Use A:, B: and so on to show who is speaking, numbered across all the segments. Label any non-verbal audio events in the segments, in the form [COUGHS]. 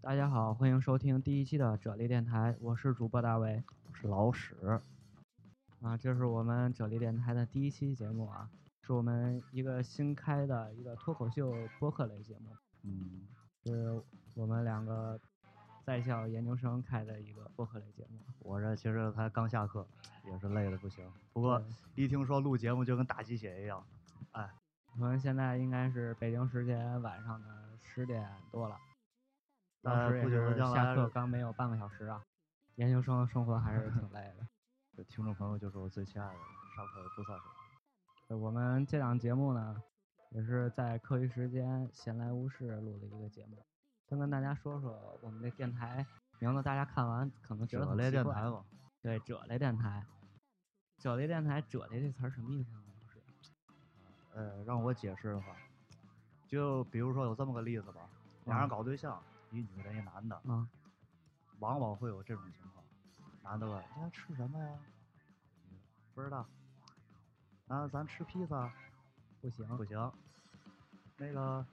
A: 大家好，欢迎收听第一期的啫喱电台，我是主播大卫
B: 我是老史，
A: 啊，这是我们啫喱电台的第一期节目啊，是我们一个新开的一个脱口秀播客类节目，
B: 嗯，
A: 是我们两个在校研究生开的一个播客类节目。
B: 我这其实才刚下课，也是累的不行。不过
A: 对
B: 一听说录节目就跟打鸡血一样，哎，
A: 我们现在应该是北京时间晚上的十点多了，当
B: 呃
A: 时也
B: 不久
A: 是
B: 的将
A: 下
B: 来
A: 课刚没有半个小时啊，研究生生活还是挺累的。
B: 这听众朋友就是我最亲爱的了，上课不撒手。
A: 对我们这档节目呢，也是在课余时间闲来无事录的一个节目，先跟大家说说我们的电台名字，大家看完可能觉得
B: 这
A: 很
B: 类
A: 奇
B: 电
A: 怪
B: 台嘛，
A: 对，褶类电台，褶类电台，褶类这词儿什么意思呢？老师
B: 呃，让我解释的话，就比如说有这么个例子吧，俩人
A: 嗯
B: 搞对象，一女的，一男的，
A: 啊，
B: 往往会有这种情况，男的问：“哎，吃什么呀？”女的不知道。啊，咱吃披萨
A: 不行，
B: 不行，那个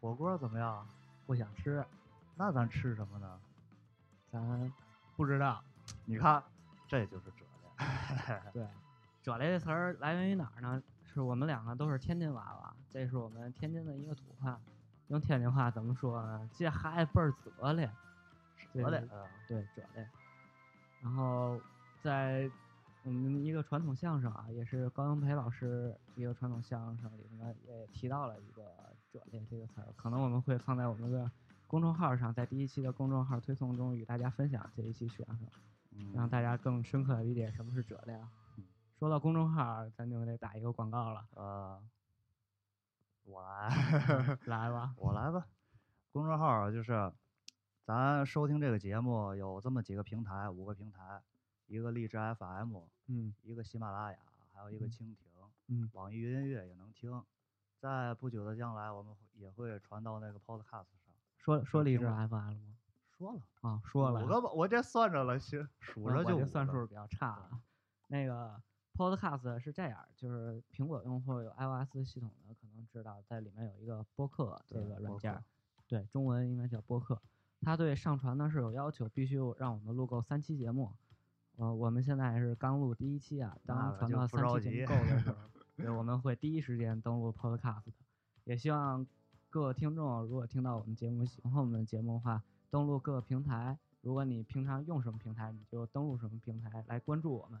B: 火锅怎么样？
A: 不想吃，
B: 那咱吃什么呢？
A: 咱不知道。
B: 你看，这就是折
A: [LAUGHS]
B: 的。
A: 对，褶类这词儿来源于哪儿呢？是我们两个都是天津娃娃，这是我们天津的一个土话。用天津话怎么说呢？这孩子倍儿褶嘞，这
B: 折
A: 是
B: 的，嗯
A: 对，褶类。然后在我们一个传统相声啊，也是高英培老师一个传统相声里面也提到了一个“褶类”这个词儿，可能我们会放在我们的公众号上，在第一期的公众号推送中与大家分享这一期相声，让
B: 嗯，
A: 大家更深刻的理解什么是褶类啊
B: 嗯。
A: 说到公众号，咱就得打一个广告
B: [LAUGHS]
A: 了，
B: 呃，我来， [LAUGHS]
A: 来吧。
B: 我来吧。公众号儿就是，咱收听这个节目有这么几个平台，五个平台，一个荔枝 FM，
A: 嗯
B: 一个喜马拉雅，还有一个
A: 嗯
B: 蜻蜓，
A: 嗯，
B: 网易云音乐也能听。在不久的将来，我们会也会传到那个 Podcast 上。
A: 说说荔枝
B: 听
A: FM 了吗？
B: 说了，
A: 啊，说了
B: 五。个吧，我这算着了，行，
A: 嗯
B: 数
A: 我
B: 着
A: 我
B: 就
A: 这
B: 五
A: 算
B: 个
A: 数比较差啊。那个 Podcast 是这样，就是苹果用户有 iOS 系统的可能知道，在里面有一个播客这
B: 对
A: 个软
B: 播
A: 件
B: 客
A: 儿，对，中文应该叫播客。它对上传呢是有要求，必须让我们录够三期节目。呃，我们现在是刚录第一期啊，当
B: 那个
A: 传
B: 就
A: 到
B: 不
A: 三
B: 着
A: 期节
B: 急
A: 目够的时候，对，我们会第一时间登录 Podcast 的。也希望各位听众如果听到我们节目，喜欢我们的节目的话，登录各个平台。如果你平常用什么平台，你就登录什么平台来关注我们。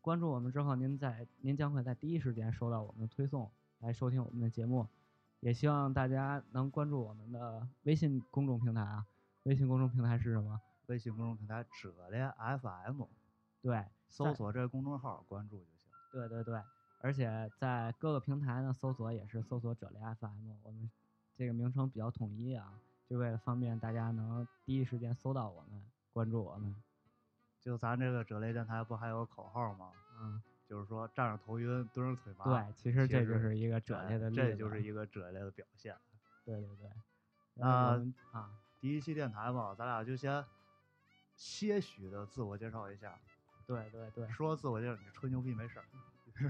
A: 关注我们之后，您在您将会在第一时间收到我们的推送，来收听我们的节目。也希望大家能关注我们的微信公众平台啊，微信公众平台是什么？
B: 微信公众平台“折连
A: [LAUGHS]
B: FM”，
A: 对，
B: 搜
A: 在
B: 索这个公众号关注就行。
A: 对对对，而且在各个平台呢搜索也是搜索“者类 FM”，我们这个名称比较统一啊，就为了方便大家能第一时间搜到我们，关注我们。
B: 就咱这个折雷电台不还有口号吗？
A: 嗯，
B: 就是说站着头晕，蹲着腿麻。
A: 对，其实
B: 其
A: 这就
B: 实
A: 是一个者
B: 哎，
A: 类的例子，啊
B: 这就是一个折雷的表现。
A: 对对对。
B: 啊
A: 那啊，
B: 第一期电台嘛，咱俩就先些许的自我介绍一下。，
A: 对对对
B: 说自我介绍，你吹牛逼没事
A: [LAUGHS]
B: 儿，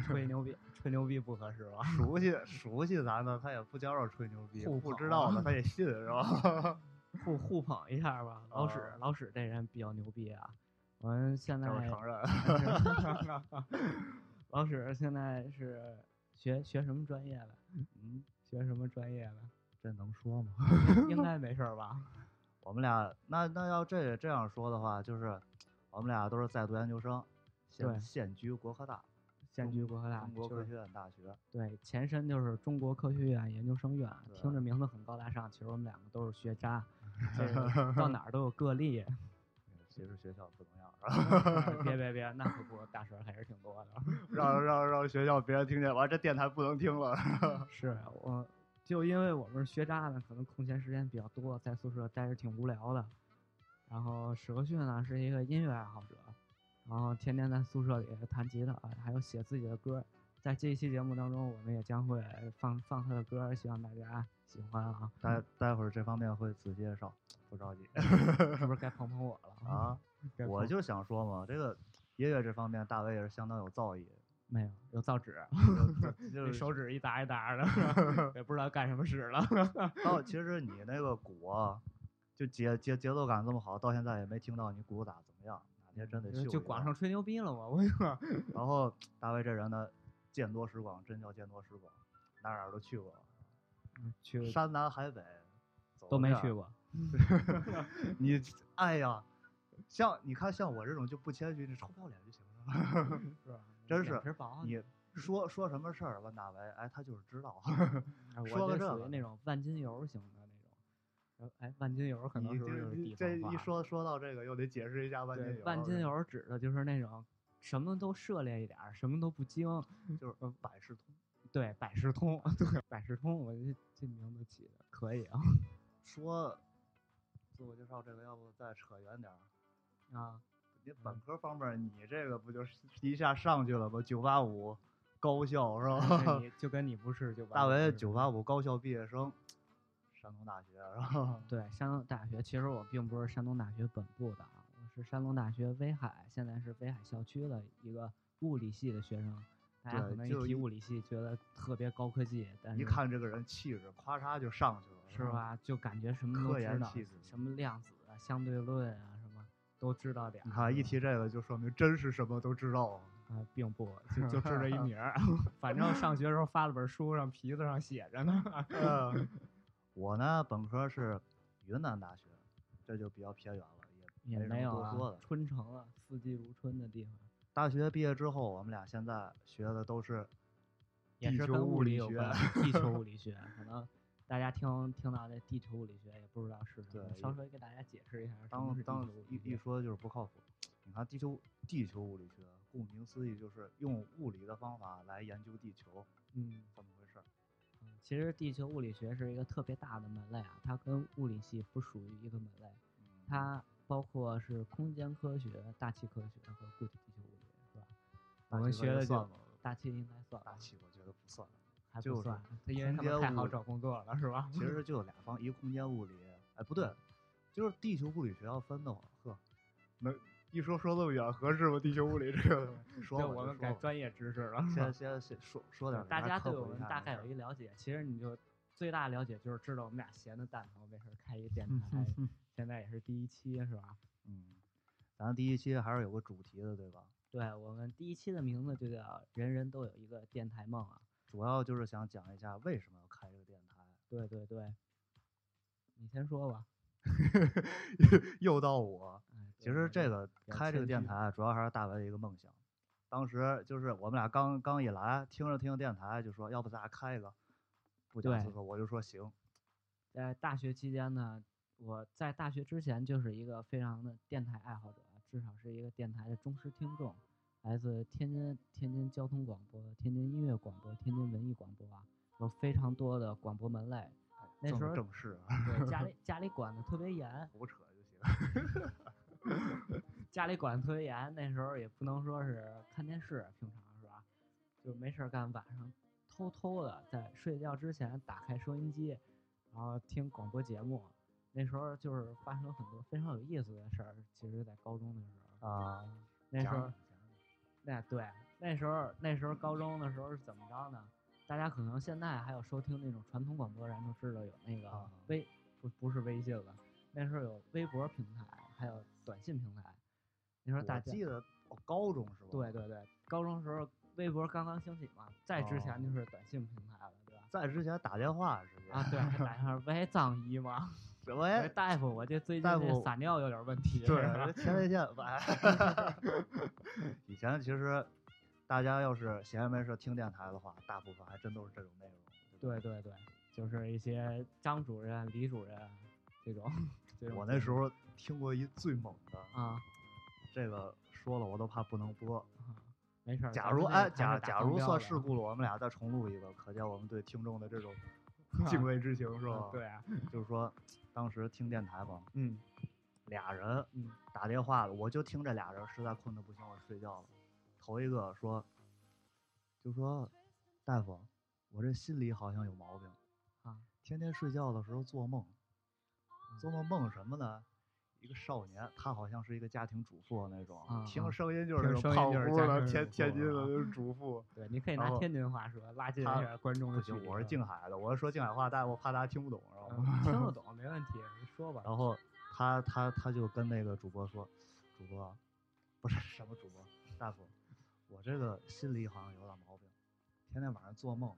A: 吹牛逼吹牛逼不合适吧？
B: 熟悉熟悉咱的他也不叫着吹牛逼，
A: 互
B: 不
A: 捧啊
B: 知道的他也信是吧？
A: [LAUGHS]
B: [LAUGHS]
A: 互互捧一下吧，老史
B: 啊
A: 老史这人比较牛逼啊，我们现在
B: 这我承
A: [LAUGHS]
B: 认。[LAUGHS]
A: 老史现在是学学什么专业的？
B: 嗯，
A: 学什么专业
B: [LAUGHS]
A: 的？
B: 这能说吗？
A: 应该没事儿吧？
B: 我们俩那那要这这样说的话，就是我们俩都是在读研究生，
A: 对
B: 现现居国科大，
A: 现
B: 中
A: 居国科大，
B: 中国
A: 就
B: 科
A: 是
B: 学院大学。
A: 对，前身就是中国科学院研究生院，
B: 对
A: 听着名字很高大上，其实我们两个都是学
B: [LAUGHS]
A: 渣，这个到哪儿都有个例。嗯
B: 其实学校不能样，
A: 别别别，那可不，大神还是挺多的。
B: [LAUGHS] 让让让学校别人听见，完这电台不能听了。 [LAUGHS]
A: 是啊我，就因为我们是学渣呢，可能空闲时间比较多，在宿舍待着挺无聊的。然后史克逊呢是一个音乐爱好者，然后天天在宿舍里弹吉他，还有写自己的歌。在这一期节目当中，我们也将会放放他的歌，希望大家喜欢啊！
B: 待待会儿这方面会仔细介绍，不
A: [LAUGHS]
B: 着急
A: 是不是该捧捧我
B: [LAUGHS]
A: 了？
B: 啊。
A: 该
B: 我
A: 捧
B: 就想说嘛，这个音乐这方面，大卫也是相当有造
A: [LAUGHS]
B: 诣，
A: 没有有造纸， [LAUGHS]
B: 就就
A: 你
B: 就是
A: 手指一沓
B: [LAUGHS]
A: 一沓的，也不知道干什么使了。
B: 还有，其实你那个鼓啊，就节节节奏感这么好，到现在也没听到你鼓打怎么样，哪天真得秀
A: 就就
B: 一
A: 网
B: 下
A: 上吹牛逼了嘛，我跟你 [LAUGHS] 说，
B: 然后大卫这人呢，见多识广，真叫见多识广，哪儿哪儿都去过，
A: 去
B: 山南海北走
A: 都
B: 个
A: 没
B: 遍
A: 去
B: 儿。
A: 过，
B: 你哎呀，像你看像我这种就不谦虚，你臭不要脸就行了。
A: 是吧？
B: 真
A: 脸
B: 是
A: 皮儿薄啊，
B: 你说说什么事儿，万大为，哎，他就是知道。
A: 哎我
B: 说个
A: 这
B: 这
A: 属
B: 个
A: 于那种万金油型的那种，然后哎，万金油可能
B: 你
A: 是不是
B: 这
A: 就是
B: 你
A: 地
B: 这
A: 方
B: 一
A: 话
B: 说说到这个，又得解释一下万金
A: 对
B: 油。
A: 万金油指的就是那种什么都涉猎一点儿，什么都不精，
B: 就是
A: 嗯
B: 百事通。
A: 对，百事通， [LAUGHS] 对，百事通，我这这名字起的可
B: [LAUGHS]
A: 以啊
B: 说自我介绍这个，要不再扯远点儿。
A: 啊，
B: 你本科方面，你这个不就是一下上去了吗？九八五高校是
A: 就跟 [LAUGHS]
B: 吧？ [LAUGHS]
A: 你就跟你不是就
B: 大
A: 完了
B: 为
A: 是
B: 九八五高校毕业生，山东大学是吧？
A: [LAUGHS] 对，山东大学，其实我并不是山东大学本部的啊，我是山东大学威海，现在是威海校区的一个物理系的学生。大家
B: 对
A: 可能
B: 就
A: 一提
B: 一
A: 物理系，觉得特别高科技，但
B: 一
A: 是
B: 看这个人气质，咵嚓就上去了，
A: 是？吧？就感觉什么都
B: 嗯科
A: 知
B: 研
A: 道
B: 气质，
A: 什么量子啊、相对论啊，什么都知道点儿。
B: 你看一
A: 是吧
B: 提这个，就说明真是什么都
A: [LAUGHS]
B: 知道。
A: 啊，并不就就知这一名
B: [LAUGHS]
A: 儿， [LAUGHS] 反正上学时候发了本书，上皮子上写着
B: [LAUGHS]
A: 呢。
B: 嗯，我呢，本科是云南大学，这就比较偏远了，
A: 也
B: 没
A: 没
B: 什
A: 有
B: 么多说
A: 啊
B: 的，。
A: 春城啊，四季如春的地方，
B: 大学毕业之后，我们俩现在学的都是
A: 也
B: 地
A: 是
B: 球
A: 跟
B: 物
A: 物理
B: 理
A: 有
B: 学
A: 关的。地球物理
B: [LAUGHS]
A: 学，可能大家听听到这地球物理学也不知道是什么，
B: 对
A: 稍
B: 也
A: 微给大家解释一下什么
B: 当
A: 是地球
B: 当
A: [LAUGHS] 物理
B: 一一
A: 学。
B: 说就是不靠谱。你看地球地球物理学，顾名思义就是用物理的方法来研究地球，
A: 嗯，
B: 这么回事儿。
A: 嗯其实地球物理学是一个特别大的门类啊，它跟物理系不属于一个门类，
B: 嗯
A: 它包括是空间科学、大气科学和固体地球物理学，是吧？我
B: 大
A: 们
B: 气
A: 学
B: 科学
A: 的
B: 算
A: 就
B: 吗
A: 大气应该算
B: 大
A: 吧
B: 气我觉得不算，
A: 还
B: 就
A: 不
B: 是
A: 算，它因为
B: 空
A: 他们
B: 间
A: 太好
B: 物
A: 找工作了，是吧？[LAUGHS]
B: 其实就有俩方，一个空间物理，哎不对，就是地球物理学要分的话，呵，能一说说这么远合适吗？地球物理这个
A: [LAUGHS]
B: 说吧
A: 就我们改
B: 说吧
A: 专业知识了。[LAUGHS]
B: 先先先说说点儿给
A: 大家
B: 科
A: 对
B: 普
A: 我
B: 一
A: 们
B: 下
A: 大
B: 没
A: 概
B: 事
A: 有
B: 儿
A: 一了解，其实你就最大了解就是知道我们俩闲的蛋疼，没事儿开一电台，现在也是第一期是吧？
B: 嗯，咱第一期还是有个主题的对吧？
A: 对我们第一期的名字就叫“人人都有一个电台梦”啊。
B: 主要就是想讲一下为什么要开这个电台。
A: [LAUGHS] 对对对，你先说吧。
B: 又到我。
A: 哎，
B: 其实这
A: 个
B: 个
A: 比较
B: 开这个
A: 谦
B: 电
A: 虚
B: 台，主要还是大文的一个梦想。当时就是我们俩刚刚一来，听着听着电台，就说要不咱俩开一个，不假思
A: 对
B: 索我就说行。
A: 在大学期间呢，我在大学之前就是一个非常的电台爱好者，啊至少是一个电台的忠实听众，来自天津天津交通广播、天津音乐广播、天津文艺广播啊，有非常多的广播门类。
B: 哎
A: 那
B: 这
A: 时
B: 么
A: 候
B: 正式啊， [LAUGHS]
A: 对，家里家里管的特别严，
B: 胡扯就行。
A: 家里管的特别严，那时候也不能说是看电视，平常是吧？就没事儿干，晚上偷偷的在睡觉之前打开收音机，然后听广播节目。那时候就是发生很多非常有意思的事儿，其实，在高中的时候，
B: 啊，
A: 那时
B: 讲
A: 候
B: 讲
A: 那对，那时候那时候高中的时候是怎么着呢？大家可能现在还有收听那种传统广播，咱就知道有那个
B: 啊
A: 微不不是微信了，那时候有微博平台，还有短信平台。那时候大
B: 我
A: 家
B: 记得我高中是吧？
A: 对，对对，高中时候微博刚刚兴起嘛，再之前
B: 哦
A: 就是短信平台了，对吧？
B: 在之前打电话是不是？
A: 啊，对，还打电话喂藏医吗？
B: [LAUGHS] 什
A: 喂，
B: 么？
A: 大夫，我这最近
B: 大
A: 这
B: 夫
A: 撒尿有点问题。[LAUGHS]
B: [LAUGHS] 对
A: 是吧，
B: 前列腺晚。 [LAUGHS] 以前其实大家要是闲着没事听电台的话，大部分还真都是这种内容。
A: 对
B: 吧
A: 对对，就是一些张主任、李主任这种。这种
B: 我那
A: 节
B: 时
A: 目
B: 候听过一最猛的，
A: 啊，
B: 这个说了我都怕不能播。
A: 啊没事儿。
B: 假
A: 咱们
B: 如
A: 这个
B: 哎，
A: 还是
B: 假
A: 打
B: 假
A: 双
B: 如
A: 标
B: 算
A: 的
B: 事
A: 啊
B: 故了，我们俩再重录一个，可见我们对听众的这
A: [LAUGHS]
B: 种敬畏之情是吧
A: 啊？，对啊，
B: 就是说当时听电台嘛，
A: 嗯
B: 俩人
A: 嗯
B: 打电话了，我就听这俩人实在困得不行，我就睡觉了。头一个说，就说大夫，我这心里好像有毛病，
A: 啊，
C: 嗯
B: 天天睡觉的时候做梦，做梦梦什么呢？一个少年，他好像是一个家庭主妇那种，
A: 啊啊
B: 听声音就是
C: 听
B: 那种
C: 声音
B: 胖
C: 就是
B: 乎
C: 家
B: 的
C: 庭
B: 天
C: 主
B: 天
C: 妇
B: 津
C: 啊
B: 的就是主妇。
A: 对，你可以
B: 然
A: 拿
B: 后
A: 天津话说，拉近一
B: 他
A: 下观众的
B: 不
A: 距
B: 行，
A: 离。啊
B: 我是静海的，我要说静海话，但我怕大家听不懂，然后
A: 嗯，听
B: [LAUGHS]
A: 得懂没问题，你说吧。
B: 然后他他他就跟那个主播说，主播不是什么主播大夫，我这个心里好像有点毛病，天天晚上做梦，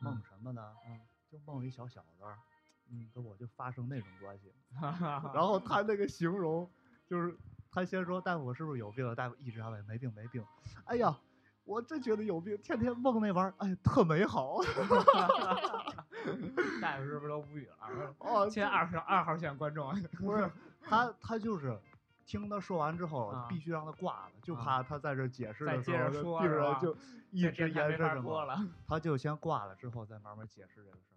B: 梦
A: 嗯
B: 什么呢？
A: 嗯
B: 就梦一小小子儿，
A: 嗯，
B: 跟我就发生那种关
A: [LAUGHS]
B: 系。
A: 然
B: 然后他那个形容就是，他先说大夫我是不是有病啊？大夫一直安慰没病没病。哎呀，我真觉得有病，天天梦那玩意儿，哎，特美好。 [LAUGHS]
C: 大夫是不是都无语了？
B: 哦，
A: [LAUGHS]
C: 现在二十二号线观
A: 啊
C: 众，
B: [LAUGHS] 不是他，他就是听他说完之后
C: 啊，
B: 必须让他挂了，就
C: 啊
B: 怕他在这解释
C: 再
B: 的时
C: 接着
B: 候，这
C: 说
B: 病
C: 是吧
B: 人就一
C: 这电
B: 直
C: 台
B: 延
C: 没
B: 伸
C: 法
B: 什
C: 播
B: 么，
C: 了。
B: 他就先挂了，之后再慢慢解释这个事儿。
C: 嗯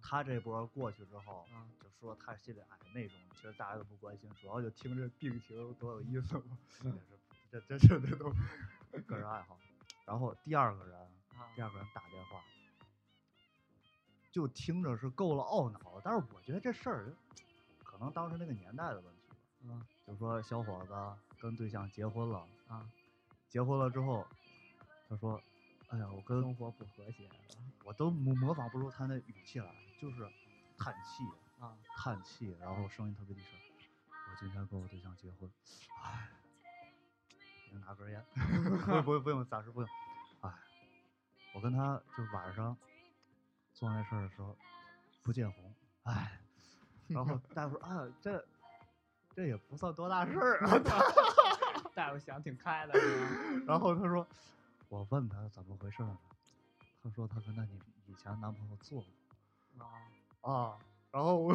B: 他这波过去之后，
A: 嗯
B: 就说他心里哎那种，其实大家都不关心，主要就听这病情多有意思嘛。
C: 嗯
B: [LAUGHS] 这这这这都 [LAUGHS] 个人爱好。然后第二个人，
A: 啊
B: 第二个人打电话，就听着是够了懊恼，但是我觉得这事儿可能当时那个年代的问题吧。
A: 嗯，
B: 就说小伙子跟对象结婚了，
A: 啊，
B: 结婚了之后，他说：“哎呀，我跟
A: 生活不和谐
B: 我都模模仿不出他那语气来，就是叹气，
A: 啊，
B: 叹气，然后声音特别低声。我今天跟我对象结婚，唉，你拿根烟， [LAUGHS] 不用不用不用，暂时不用，唉，我跟他就晚上做那事儿的时候不见红，唉，然 [LAUGHS] 后大夫说啊，这这也不算多大事儿
A: [LAUGHS]
B: 啊， [LAUGHS]
C: 大夫想挺开的，是吧
B: 然后他说，我问他怎么回事儿呢，他说他跟他女以前男朋友做过。
C: 啊
B: [LAUGHS] 啊，然后我，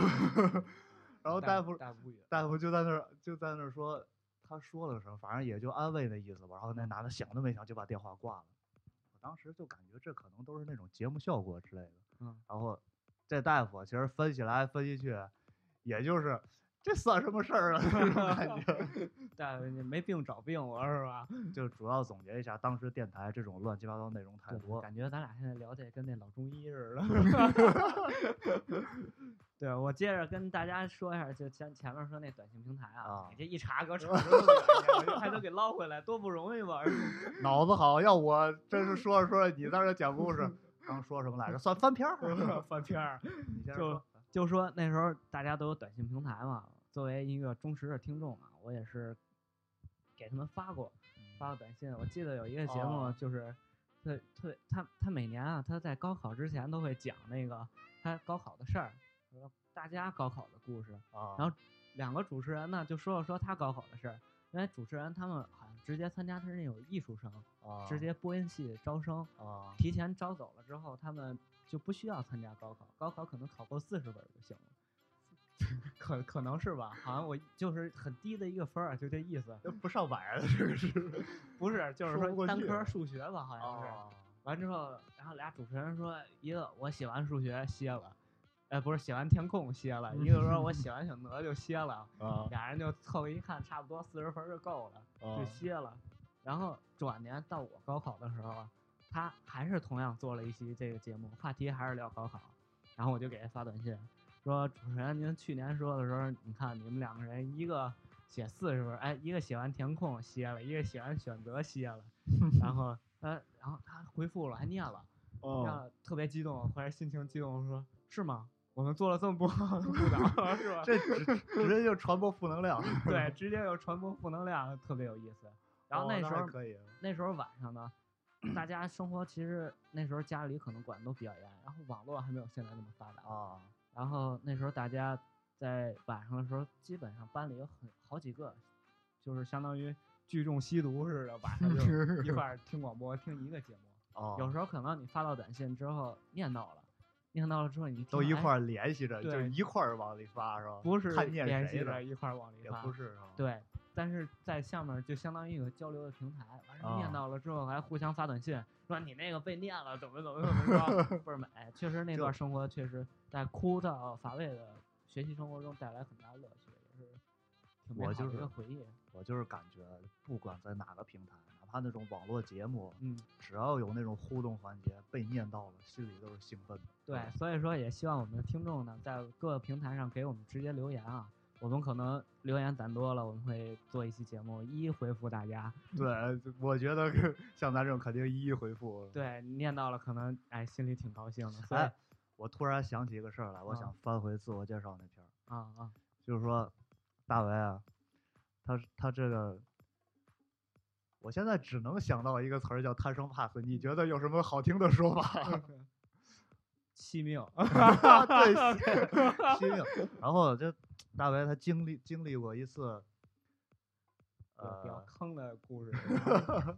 B: [LAUGHS] 然后大夫
C: 大夫无语了。
B: 大夫就在那儿就在那儿说他说了什么，反正也就安慰的意思吧。然后那男的想都没想就把电话挂了。我当时就感觉这可能都是那种节目效果之类的。
A: 嗯，
B: 然后这大夫其实分析来分析去，也就是这算什么事儿啊？ [LAUGHS] 这种 [LAUGHS] 感觉。
A: [LAUGHS] 大夫你没病找病，我是吧？
B: 就主要总结一下，当时电台这种乱七八糟内容太
A: 对
B: 多。
A: 啊感觉咱俩现在聊这跟那老中医似
B: [LAUGHS]
A: 的。 [LAUGHS] 对，我接着跟大家说一下，就前前面说那短信平台啊，
B: 啊
A: 你这一查给我扯出那么远去了，我就还能给捞回来，多不容易
B: [LAUGHS]
A: 嘛！是吧
B: 脑子好，要我真是说着说着你在这儿
A: [LAUGHS]
B: 讲故事，刚说什么来着？算翻篇儿。啊
C: 翻篇儿，
B: 你
A: 就
B: 先说。
A: 就说那时候大家都有短信平台嘛，作为一个忠实的听众啊，我也是给他们发过发过短信。我记得有一个节目
B: 哦
A: 就是特特他他每年啊，他在高考之前都会讲那个他高考的事儿，和大家高考的故事。
B: 啊，
A: 然后两个主持人呢就说了说他高考的事儿，因为主持人他们好像直接参加他是那种艺术生，
B: 啊
A: 直接播音系招生，
B: 啊
A: 提前招走了之后，他们就不需要参加高考，高考可能考够四十分儿就行了。 [LAUGHS] 可可能是吧，好像我就是很低的一个分儿，啊就这意思。
B: 这不上百了，这个是
A: 呃不是，就是
B: 说不
A: 说
B: 过
A: 单
B: 去
A: 科数学吧，好像是。
B: 哦
A: 完之后，然后俩主持人说，一个我写完数学歇了，呃，不是写完填空歇了，一个说我写完小哪就歇 [LAUGHS] 了，
B: 啊
A: 俩人就凑合一看，差不多四十分儿就够了，就
B: 啊
A: 歇了。然后转年到我高考的时候啊，他还是同样做了一期这个节目，话题还是聊高考。然后我就给他发短信说：“主持人，您去年说的时候，你看你们两个人一个写四十分，哎，一个写完填空歇了，一个写完选择歇
B: [LAUGHS]
A: 了。然后呃，然后他回复了，还念了，念
B: 啊！
A: 了特别激动，后来心情激动说：是吗？我们做了这么 [LAUGHS] 不好的误
B: [LAUGHS]
A: 导，是吧？
B: 这直直接就传播负能量。
A: 对，直接就传播负能量，特别有意思。 [LAUGHS] 然后
B: 哦
A: 那时
B: 还
A: 候、
B: 可以
A: 那时候晚上
B: [CLEARS THROAT]
A: 呢，大家生活其实那时候家里可能管得都比较严，然后网络还没有现在那么发达。
B: 啊
A: 然后那时候大家在晚上的时候，基本上班里有很好几个，就是相当于聚众吸毒似的，晚上就一块儿听广播，听一个节目。
B: 啊，
A: 有时候可能你发到短信之后念叨了，念叨了之后你
B: 都
A: 听
B: 一
A: 哎
B: 块儿联系着，就
A: 对
B: 一块儿往里发是吧？
A: 不是
B: 看见
A: 联
B: 谁
A: 系
B: 了
A: 着，一块儿往里
B: 也
A: 发，
B: 不是是吧？
A: 对，但是在下面就相当于有交流的平台，完事儿念
B: 啊
A: 到了之后还互相发短信，说你那个被念了，怎么怎么怎么
B: [LAUGHS]
A: 着，倍儿美。确实那
B: 就
A: 段生活确实在枯燥乏味的学习生活中带来很大的乐趣，也是挺美好
B: 我就
A: 的一
B: 是
A: 个回忆。
B: 我就是感觉，不管在哪个平台，哪怕那种网络节目，
A: 嗯，
B: 只要有那种互动环节，被念到了，心里都是兴奋的。
A: 对，所以说也希望我们的听众呢，在各个平台上给我们直接留言啊。我们可能留言攒多了，我们会做一期节目，一一回复大家。
B: 嗯对，我觉得是像咱这种肯定一一回复。，
A: 对，念到了，可能哎，心里挺高兴的。所以
B: 哎
A: 啊，
B: 我突然想起一个事儿来，我
A: 啊
B: 想翻回自我介绍那篇儿，
A: 啊，
B: 就是说，大为啊，他是他这个，我现在只能想到一个词儿叫贪生怕死，你觉得有什么好听的说法？
A: 惜
B: [LAUGHS]
A: 命，
B: 对，惜惜命。然后这大为他经历经历过一次，
C: 有比较
B: 呃，
C: 坑的故事，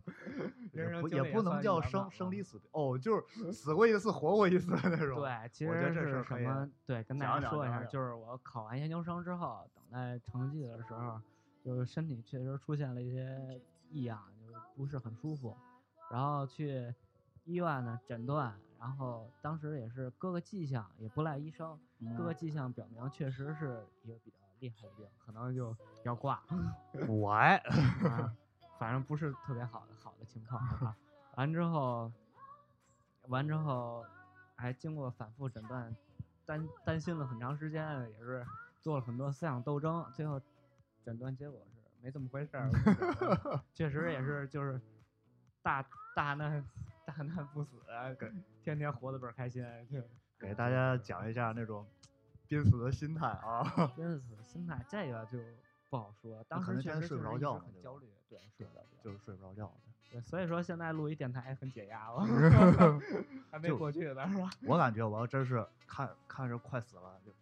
B: [LAUGHS]
C: 人
B: 也
C: 生
B: 不
C: 经
B: 也
C: 历也
B: 不能
C: 算
B: 叫
C: 圆
B: 生
C: 满
B: 生
C: 了
B: 离死别，哦，就是 [LAUGHS] 死过一次，活过一次的那
C: 嗯
B: 种。，
A: 对，其
B: 我觉
A: 实
B: 得这事
A: 是
B: 儿
A: 什
B: 可以
A: 么？对，跟大
B: 讲
A: 家
B: 讲
A: 说一
B: 讲
A: 下，
B: 讲
A: 就是我考完研究生之后，等待成绩的时候，就是身体确实出现了一些异样，就是不是很舒服，然后去医院呢诊断，然后当时也是各个迹象，也不赖医生，
B: 嗯
A: 各个迹象表明确实是一个比较厉害的病，可能就要挂。
B: 骨癌，
A: 啊， [LAUGHS] 反正不是特别好的好的情况啊。 [LAUGHS] 完之后，完之后，还经过反复诊断，担担心了很长时间，也是做了很多思想斗争，最后诊断结果是没这么回事儿。确实也是就是大大难大难不死，啊天天活得倍儿开心。
B: 给大家讲一下那种濒死的心态啊。 [LAUGHS]
A: 真是心态这个就不好说，当
B: 可
A: 时
B: 能
A: 确
B: 真
A: 实
B: 睡
A: 确
B: 不
A: 实一
B: 着
A: 直
B: 觉嘛
A: 很
B: 对
A: 焦
B: 吧
A: 虑，对，睡不着觉。
B: 就是睡不着觉的。
A: 对，所以说现在录一电台很解
B: [LAUGHS]
A: 压哦了。
C: 还没
B: 就
C: 过去呢，是吧？
B: 我感觉我要真是看看着快死了，就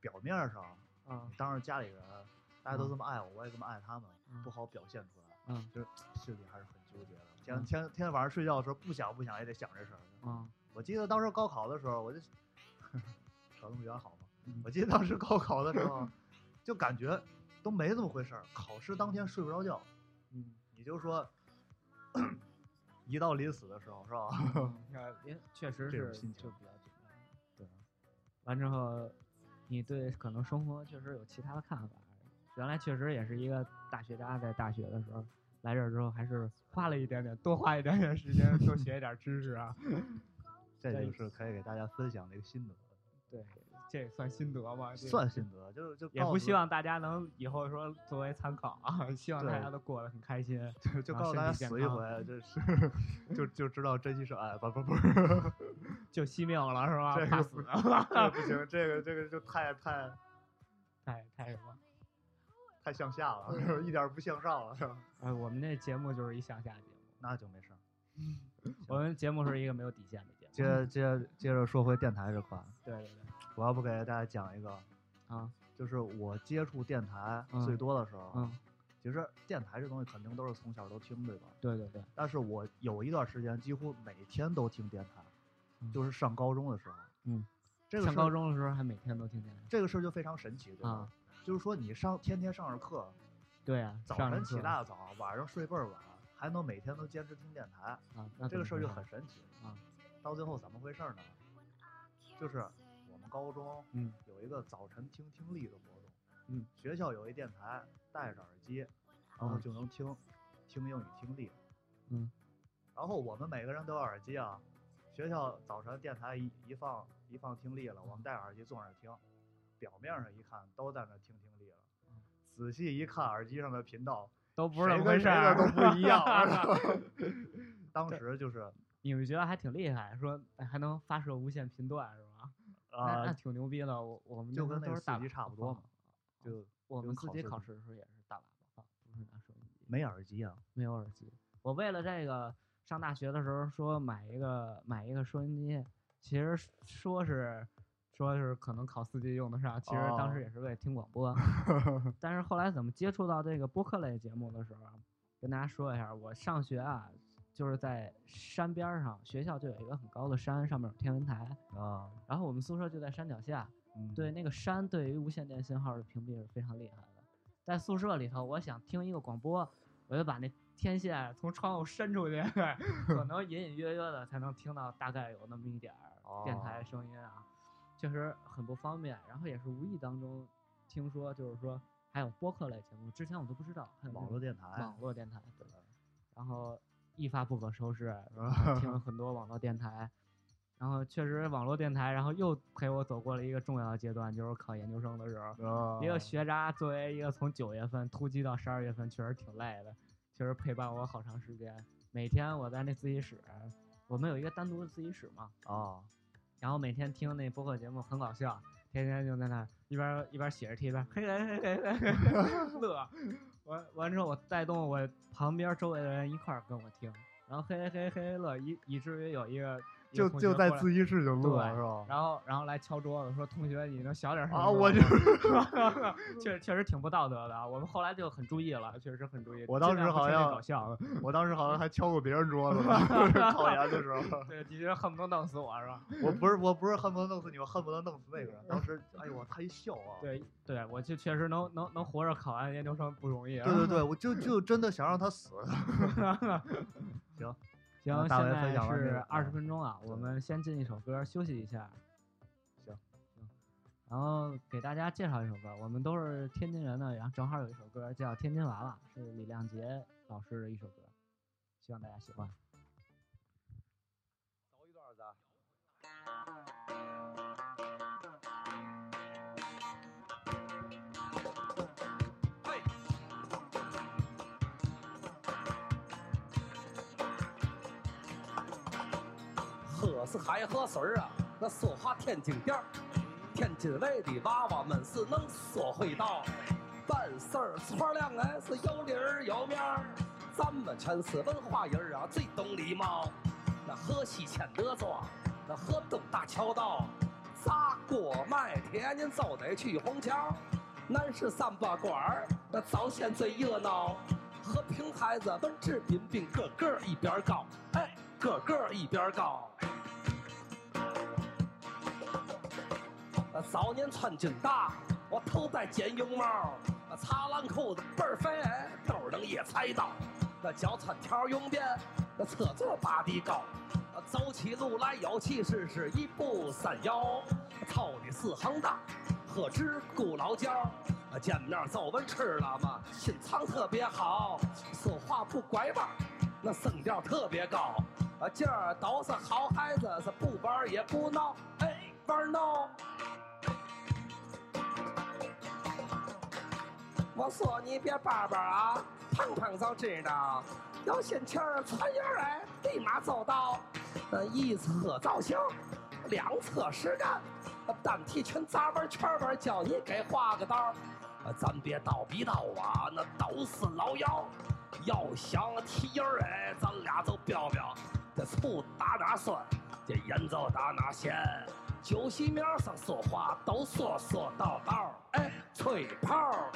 B: 表面上
A: 啊，
B: 当着家里人，大家都
A: 嗯
B: 这么爱我，我也这么爱他们，
A: 嗯
B: 不好表现出来，
A: 嗯
B: 就是心里还是很纠结的。
A: 嗯
B: 天天天晚上睡觉的时候，不想不想也得想这事儿。
A: 啊，
B: 我记得当时高考的时候，我就 [LAUGHS] 扯那么远好吗？
A: 嗯
B: 我记得当时高考的时候，就感觉都没这么回事儿。考试当天睡不着觉，
A: 嗯，
B: 你就说 [COUGHS] 一到临死的时候，是吧？ [LAUGHS]
C: 看
A: 也确实
B: 哦这
A: 是
B: 种心
A: 就
B: 情
A: 比较紧张。
B: 对，
A: 完之后，你对可能生活确实有其他的看法。原来确实也是一个大学渣，在大学的时候来这儿之后，还是
C: 花了一点点，多花一点点时间，多学一点知识啊，
B: 这
C: 在
B: 就是可以给大家分享的一个心得，
A: 对，
C: 这也算心得吧？这
B: 算心得，就是就
A: 也
B: 告
A: 不
B: 诉
A: 希望大家能以后说作为参考啊，希望大
B: 对
A: 家都过得很开心。
B: 就就
A: 啊
B: 告诉
A: 身
B: 大家
A: 体健
B: 死一
A: 康
B: 回，这是就就知道珍惜是爱，不不不是， [LAUGHS]
A: 就惜命了是吧？
B: 这
A: 怕
B: 个
A: 死
B: 不， [LAUGHS] 这不行，这个这个就太太
A: 太太什么？
B: 太向下了， [LAUGHS] 一点儿不向上了，是吧？
A: 哎，我们这节目就是一向下节目，
B: 那就没事儿。
A: 我们节目是一个没有底线的节目。
B: 接着接着接着说回电台这块儿，
A: 对对对，
B: 我要不给大家讲一个，
A: 啊，
B: 就是我接触电台
A: 嗯
B: 最多的时候，
A: 嗯，
B: 其实电台这东西肯定都是从小都听，对吧？
A: 对对对，
B: 但是我有一段时间几乎每天都听电台，
A: 嗯
B: 就是上高中的时候。
A: 嗯，
B: 这个
A: 上
B: 事儿
A: 高中的时候还每天都听见。
B: 这个事儿就非常神奇，对吧？
A: 啊
B: 就是说你上天天上着课，
A: 对啊，
B: 早
A: 上
B: 晨
A: 课
B: 起大早，晚上睡倍儿晚，还能每天都坚持听电台，
A: 啊，那怎
B: 这个
A: 么
B: 事儿
A: 回
B: 就
A: 事
B: 很神奇。
A: 啊，
B: 到最后怎么回事儿呢？就是我们高中
A: 嗯
B: 有一个早晨听听力的活动，
A: 嗯，
B: 学校有一电台，戴着耳机，然后
A: 啊
B: 就能听听英语听力，
A: 嗯，
B: 然后我们每个人都有耳机啊，学校早晨电台一一放一放听力了，我们戴耳机坐那儿听，表面上一看都在那儿听听力了
A: 嗯，
B: 仔细一看耳机上的频道
A: 都不是
B: 谁
A: 那么
B: 跟
A: 回
B: 谁
A: 事
B: 的
A: 儿，啊
B: 都不一样。啊当时就是
A: [LAUGHS] 你们觉得还挺厉害，说哎还能发射无线频段是吧？那那
B: 啊，
A: 挺牛逼的。我我们
B: 就
A: 那时
B: 跟
A: 候
B: 那
A: 都
B: 个
A: 是
B: 四
A: 大喇
B: 级
A: 叭
B: 差不多
A: 放
B: 嘛，就
A: 我
B: 就
A: 们
B: 考
A: 自己
B: 试
A: 考
B: 的
A: 试的时候也是大喇叭放，不是拿手机，
B: 没耳机啊。
A: 没有耳机。我为了这个上大学的时候说买一个买一个收音机，其实说是。说是可能考四级用得上，其实当
B: 哦
A: 时也是为了听广播，但是后来怎么接触到这个播客类节目的时候啊，跟大家说一下，我上学啊，就是在山边儿上，学校就有一个很高的山，上面有天文台，
B: 啊，
A: 然后我们宿舍就在山脚下，
B: 嗯
A: 对，那个山对于无线电信号的屏蔽是非常厉害的。在宿舍里头，我想听一个广播，我就把那天线从窗户伸出去，可能隐隐约约的才能听到大概有那么一点儿电台
B: 哦
A: 声音啊，确实很不方便。然后也是无意当中听说，就是说还有播客类节目，之前我都不知道还有这
B: 网
A: 种
B: 络电台
A: 网，络电台，对然后一发不可收拾，然后听了很多网络电台，然后确实网络电台，然后又陪我走过了一个重要的阶段，就是考研究生的时候。
B: 啊哦
A: 一个学渣作为一个从九月份突击到十二月份，确实挺累的，确实陪伴我好长时间。每天我在那自习室，我们有一个单独的自习室嘛，
B: 哦，
A: 然后每天听那播客节目很搞笑，天天就在那儿一边儿一边儿写着题，一边儿嘿嘿嘿嘿嘿嘿 [LAUGHS] 乐。完完之后，我带动我旁边周围的人一块儿跟我听，然后嘿嘿嘿嘿嘿乐，以以至于有一个一个
B: 就
A: 同
B: 就
A: 学
B: 在
A: 过来
B: 自习室就录
A: 对
B: 了是吧？
A: 然后然后来敲桌子说：“同学，你能小点声
B: 啊
A: 吗
B: 我就
A: [LAUGHS] 确实确实挺不道德的啊。我们后来就很注意了，确实很注意。
B: 我当
A: 尽量
B: 时
A: 不
B: 好
A: 听那
B: 像
A: 搞笑，啊
B: 我当时好像还敲过别人桌子呢，考研的时候。
A: [LAUGHS] 对，的确恨不得弄死我是吧？ [LAUGHS]
B: 我不是我不是恨不得弄死你，我恨不得弄死那个人。当时，哎呦，我他一笑啊！
A: 对对，我就确实能能能活着考完研究生不容易啊。
B: 对对对，我就就真的想让他死。
A: 行，
B: 大
A: 现
B: 为分
A: 在
B: 享完这
A: 是
B: 个
A: 二
B: 啊
A: 十分钟啊，我
B: 对
A: 们先进一首歌休息一下。
B: 行
A: 行，然后给大家介绍一首歌，我们都是天津人呢，然后正好有一首歌叫《天津娃娃》，是李亮杰老师的一首歌，希望大家喜欢。
D: 喝是还喝水儿啊，那说话天津调儿，天津卫的娃娃们是能说会道，办事儿串亮哎是有理儿有面儿，咱们全是文化人儿啊最懂礼貌。那河西千德庄，那河东大桥道，砸锅卖铁您就得去虹桥。南市三八馆儿那早先最热闹，和平孩子文质彬彬，个个儿一边儿高，哎，个个儿一边儿高。呃早年穿军大，我头戴尖绒帽，呃擦烂裤子倍儿肥，兜儿能也踩到。那脚穿条绒边，那侧坐八底高，呃走起路来有气势，是一步三摇，操的四行大，喝汁咕老胶。呃见面儿皱纹吃了嘛，心肠特别好，说话不拐弯儿，那声调特别高。啊，今儿都是好孩子，是不玩儿也不闹，哎，玩儿闹。我说你别叭叭啊，碰碰就知道。有心情儿，窜悠来，立马走到。呃，一侧造型，两侧实干，呃单体拳杂玩圈玩，叫你给画个道儿。呃咱别倒逼倒啊，那都是老妖。要想踢人儿哎，咱俩就飙飙。这醋打哪酸，这盐就打哪咸。酒席面上说话都说说道道儿，哎，吹泡儿。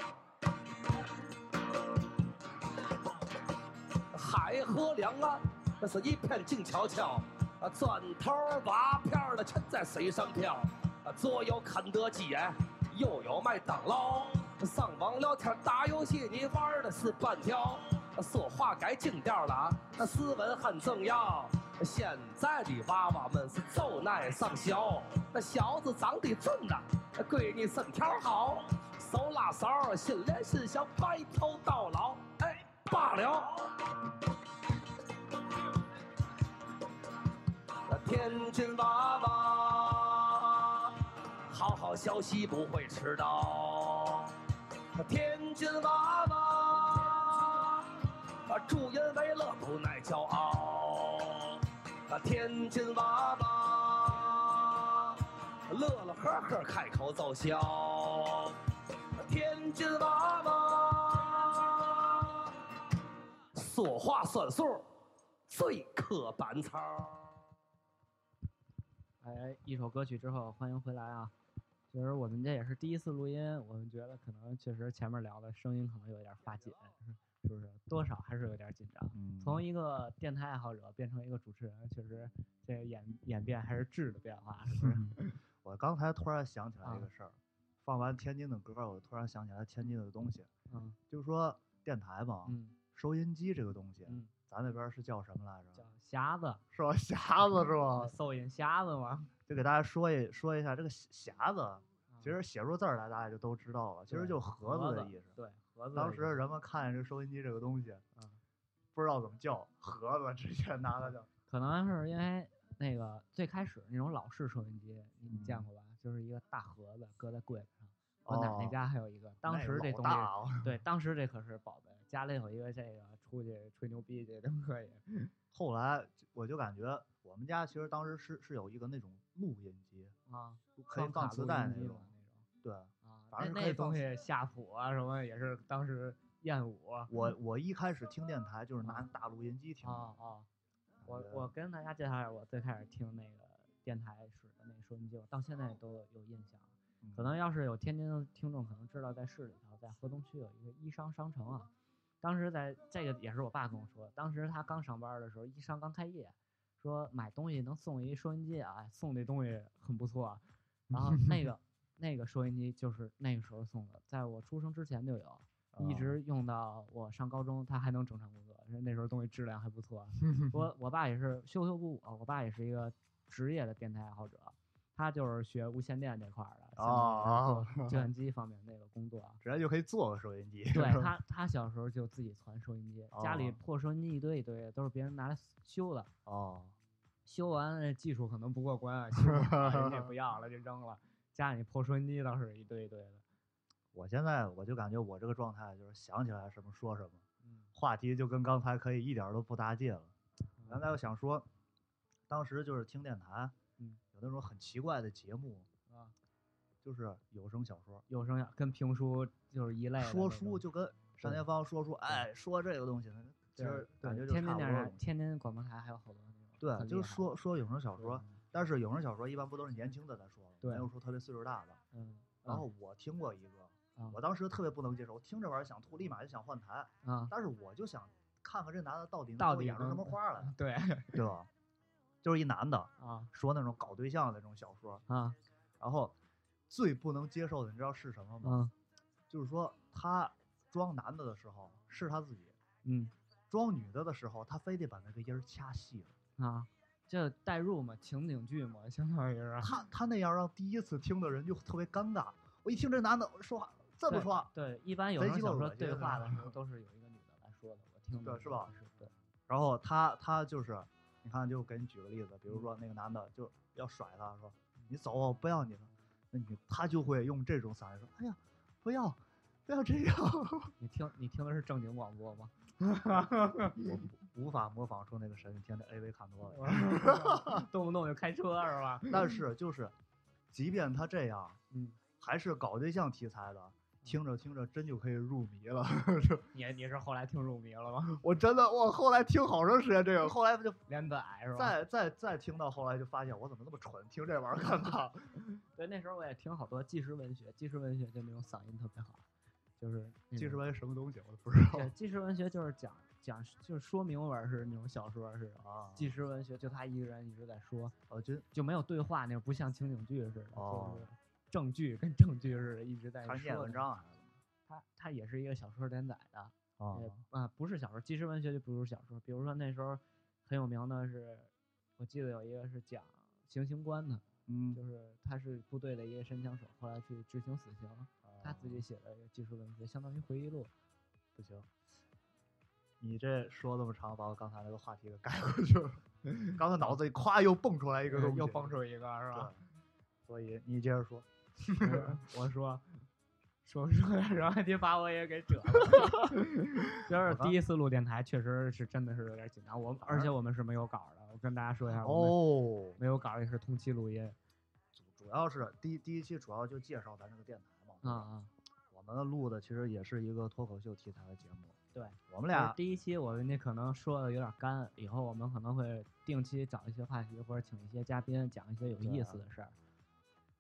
D: 海河两岸，那是一片静悄悄。啊，砖呃头瓦片儿的全在水上漂。啊，左有肯德基，哎，右有麦当劳。上网聊天打游戏，你玩儿的是半条。啊说话该精调了啊，那斯文很重要。现在的娃娃们是就爱上小，那小子长得俊呐，呃那闺女身条好，手拉手，心连心，想白头到老。哎，罢了。那天津娃娃，好好学习不会迟到。那天津娃娃，啊，助人为乐不耐骄傲。那天津娃娃，乐乐呵呵开口奏笑。那天津娃娃，说话算数，最刻板操。
A: 哎，一首歌曲之后，欢迎回来啊！其实我们这也是第一次录音，我们觉得可能确实前面聊的声音可能有点儿发紧，是不是？多少还是有点儿紧张。
B: 嗯
A: 从一个电台爱好者变成一个主持人，确实这个演演变还是质的变化，是不是？
B: [LAUGHS] 我刚才突然想起来
A: 嗯啊
B: 一个事儿，放完天津的歌儿，我突然想起来天津的东西，
A: 嗯
B: 就是说电台嘛，
A: 嗯
B: 收音机这个东西，
A: 嗯，
B: 咱那边儿是叫什么来
A: 叫嗯
B: 着？
A: 匣子，哦
B: 是吧？ [LAUGHS] 匣子是吧？
A: 搜音匣子嘛。
B: 就给大家说一说一下这个匣子，
A: 啊
B: 其实写出字儿来大家就都知道了，其实
A: 对
B: 就盒
A: 盒
B: 子的
A: 子
B: 意思。
A: 嗯对嗯盒子的
B: 当
A: 意
B: 时
A: 思
B: 人们看见这收音机
A: [LAUGHS]
B: 这个东西，不知道怎么叫，盒子直接拿它叫。
A: 可能是因为那个最开始那种老式收音机，你你见
B: 嗯哦
A: 过吧？就是一个大盒子搁在柜子上。我奶奶哦家还有一个，当
B: 那
A: 时
B: 老
A: 这东西
B: 大哦
A: 对，当时这可是宝贝，家里有一个这个，出去吹牛逼去都可以。
B: [LAUGHS] 后来我就感觉我们家其实当时是是有一个那种录音机，
A: 啊，
B: 可以
A: 双
B: 放
A: 卡
B: 磁
A: 录
B: 带
A: 音
B: 那
A: 机
B: 种
A: 嘛那
B: 对
A: 种啊，
B: 反正是
A: 那
B: 可以
A: 那
B: 放
A: 东西夏普啊什么也是当时艳舞啊
B: 我我一开始听电台就是拿
A: 啊
B: 大录音机听的，
A: 啊！
B: 感
A: 我
B: 觉
A: 我跟大家介绍一下，我最开始听那个电台使的那收音机，我到现在都有印象。
B: 嗯
A: 可能要是有天津的听众可能知道，在市里头，在河东区有一个一商商城啊。当时在这个也是我爸跟我说，当时他刚上班的时候，一商刚开业，说买东西能送一收音机啊，送那东西很不错啊。然后那个那个收音机就是那个时候送的，在我出生之前就有，一
B: 啊
A: 直用到我上高中，它还能正常工作。那时候东西质量还不错啊。我我爸也是修修补补啊，我爸也是一个职业的电台爱好者，他就是学无线电这块儿的，现在
B: 哦
A: 也是做计
B: [LAUGHS]
A: 算机方面那个工作啊。
B: 直接就可以做个收音机，
A: 对
B: 是吧
A: 他，他小时候就自己攒收音机，家里
B: 哦
A: 破收音机一堆一堆的，都是别人拿来修的。
B: 哦，
A: 修完了技术可能不过关
B: [LAUGHS]
A: 啊，修不好人家也不要了就扔了。家里破收音机倒是一堆一堆的。
B: 我现在我就感觉我这个状态就是想起来什么说什么，
A: 嗯，
B: 话题就跟刚才可以一点儿都不搭界了。刚才我想说，当时就是听电台，
A: 嗯，
B: 有那种很奇怪的节目，
A: 啊，
B: 就是有声小说，
A: 有声小跟评书就是一类的那
B: 说
A: 种。
B: 书就跟单田芳说书，哎，说这个东西，其
A: 对
B: 实感觉
A: 对
B: 就
A: 天
B: 差
A: 津
B: 不多
A: 电视台
B: 了。、
A: 天津广播台还有好多那种很厉害的。
B: 对，就是说说有声小说，
A: 嗯
B: 但是有声小说一般不都是年轻的在说吗？
A: 对
B: 没有说特别岁数大的。
A: 嗯，
B: 然
A: 嗯
B: 后我听过一个，
A: 啊
B: 我当时特别不能接受，我听这玩意儿想吐，立马就想换台，
A: 啊，
B: 但是我就想看看这男的到底能
A: 到
B: 给我
A: 底
B: 演出什
A: 能
B: 么花来， [LAUGHS]
C: 对，
B: 对吧？就是一男的
A: 啊
B: 说那种搞对象的那种小说，
A: 啊
B: 然后最不能接受的你知道是什么吗？
A: 嗯
B: 就是说他装男的的时候是他自己，
A: 嗯
B: 装女的的时候他非得把那个音儿掐细了。
A: 啊，这代入嘛，情景剧嘛，相当于是。 [LAUGHS]
B: 他他那样让第一次听的人就特别尴尬。我一听这男的说话这么
A: 对
B: 说话，
A: 对，一般有
B: 贼
A: 声
B: 鸡巴
A: 小说
B: 恶心
A: 对
B: 是
A: 话
B: 吧
A: 的时候都是有一个女的来说的，我听
B: 对
A: 的
B: 是吧？
A: 是对，
B: 然后他他就是，你看，就给你举个例子，比如说那个男的就要甩他，说你走，啊我不要你了。那女他就会用这种嗓音说，哎呀，不要，不要这样，
A: 你听你听的是正经广播
B: [LAUGHS]
A: 吗？
B: 我无法模仿出那个神，天天 AV 看多了。
A: 动不动就开车是吧？
B: 但是就是，即便他这样，
A: 嗯，
B: 还是搞对象题材的，听着听着真就可以入迷了。是
A: 你你是后来听入迷了吗？
B: 我真的，我后来听好长时间这个，嗯 [LAUGHS] 后来就
A: 连载是吧？
B: 再再再听到后来就发现我怎么那么蠢，听这玩意儿干嘛？
A: [LAUGHS] 对，那时候我也听好多纪实文学，纪实文学就那种嗓音特别好，就是那
B: 纪实
A: 种
B: 文哦什么东西我都 [LAUGHS] 不知道
A: 对纪实文学就是讲讲就是说明文是那种小说似的，
B: 啊哦
A: 纪实文学就他一个人一直在说，
B: 我觉得
A: 就没有对话那种，不像情景剧似的，
B: 哦
A: 就是证据跟证据似的一直在
B: 看
A: 说。
B: 人念文，章啊。
A: 他他也是一个小说连载的，
C: 哦
B: 啊
A: 呃啊，不是小说，纪实文学就不是小说。比如说那时候很有名的是，我记得有一个是讲行刑官的，
B: 嗯，
A: 就是他是部队的一个神枪手，后来去执行死刑，他自
C: 哦
A: 己写的一个纪实文学，相当于回忆录。
B: 不行。你这说这么长，把我刚才那个话题给盖过去了。 [LAUGHS] 刚才脑子里咵又蹦出来一个东西，
C: 又蹦出一个是吧？
B: 对所以你接着说，
A: 嗯 [LAUGHS] 我说。说说，然后你把我也给扯了， [LAUGHS] 就是第一次录电台，确实是真的是有点紧张。我们而且我们是没有稿的，我跟大家说一下，我们
B: 哦，
A: 没有稿也是通期录音
B: 主主要是第一第一期主要就介绍咱这个电台嘛。对
A: 啊
B: 吧
A: 啊。
B: 我们录的其实也是一个脱口秀题材的节目。
A: 对，啊
B: 我们
A: 就是
B: 俩
A: 第一期我们那可能说的有点干，以后我们可能会定期找一些话题或者请一些嘉宾讲一些有
B: 对
A: 意
B: 啊
A: 思的事儿。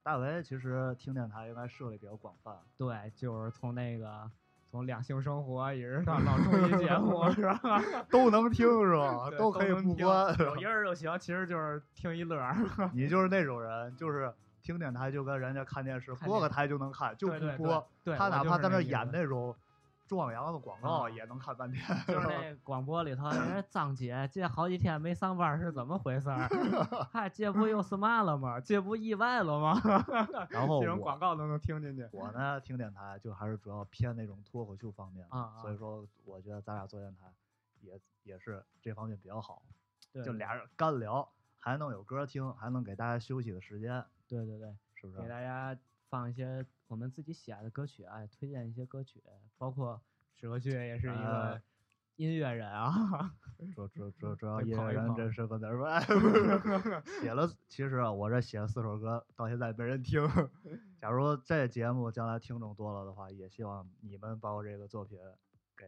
B: 大为其实听电台应该涉猎比较广泛，
A: 对，啊就是从那个从两性生活一直到老综艺节目 [LAUGHS] 是吧？
B: [LAUGHS] 都能听是 [LAUGHS] 吧？
C: 对
B: 啊可以
C: 能
B: 不
C: 听
B: 关。 [LAUGHS]
C: 有音儿就行，其实就是听一乐儿。
B: 你就是那种人，就是听电台就跟人家看电视，
A: 看
B: 播个
A: 电
B: 台就能看，就
C: 对
B: 不
C: 对
B: 播。
C: 对，
B: 他
C: 我
B: 哪
C: 就
B: 怕
C: 是
B: 在那
C: 那
B: 儿
C: 意
B: 演
C: 思
B: 那种壮阳的广告
A: 啊
B: 也能看半 [LAUGHS] 天。
A: 就是那广播里头，人家藏姐这好几天没上班是怎么回事
B: [LAUGHS]
A: 儿？嗨，这不又是嘛了吗？这不意外了吗？
B: [LAUGHS] 然后
C: 这种
B: 哦我
C: 广告都能听进去。
B: 我呢听电台就还是主要偏那种脱口秀方面，
A: 嗯啊啊
B: 所以说我觉得咱俩做电台也也是这方面比较好，
A: 对
B: 就俩人干聊。还能有歌听，还能给大家休息的时间，
A: 对对对，
B: 是不
A: 给
B: 是？
A: 大家放一些我们自己喜爱的歌曲啊，也推荐一些歌曲，包括
C: 史国俊也是一
B: 呃
C: 个音乐人
B: [LAUGHS]
C: 啊，
B: 主
A: 嗯
B: 主主主要
C: 得
B: 音乐
C: 捧一
B: 人
C: 捧
B: 真是个点外，
A: [LAUGHS]
B: 写了其实啊，我这写了四首歌，到现在没人
A: [LAUGHS]
B: 听。假如这节目将来听众多了的话，也希望你们把我这个作品给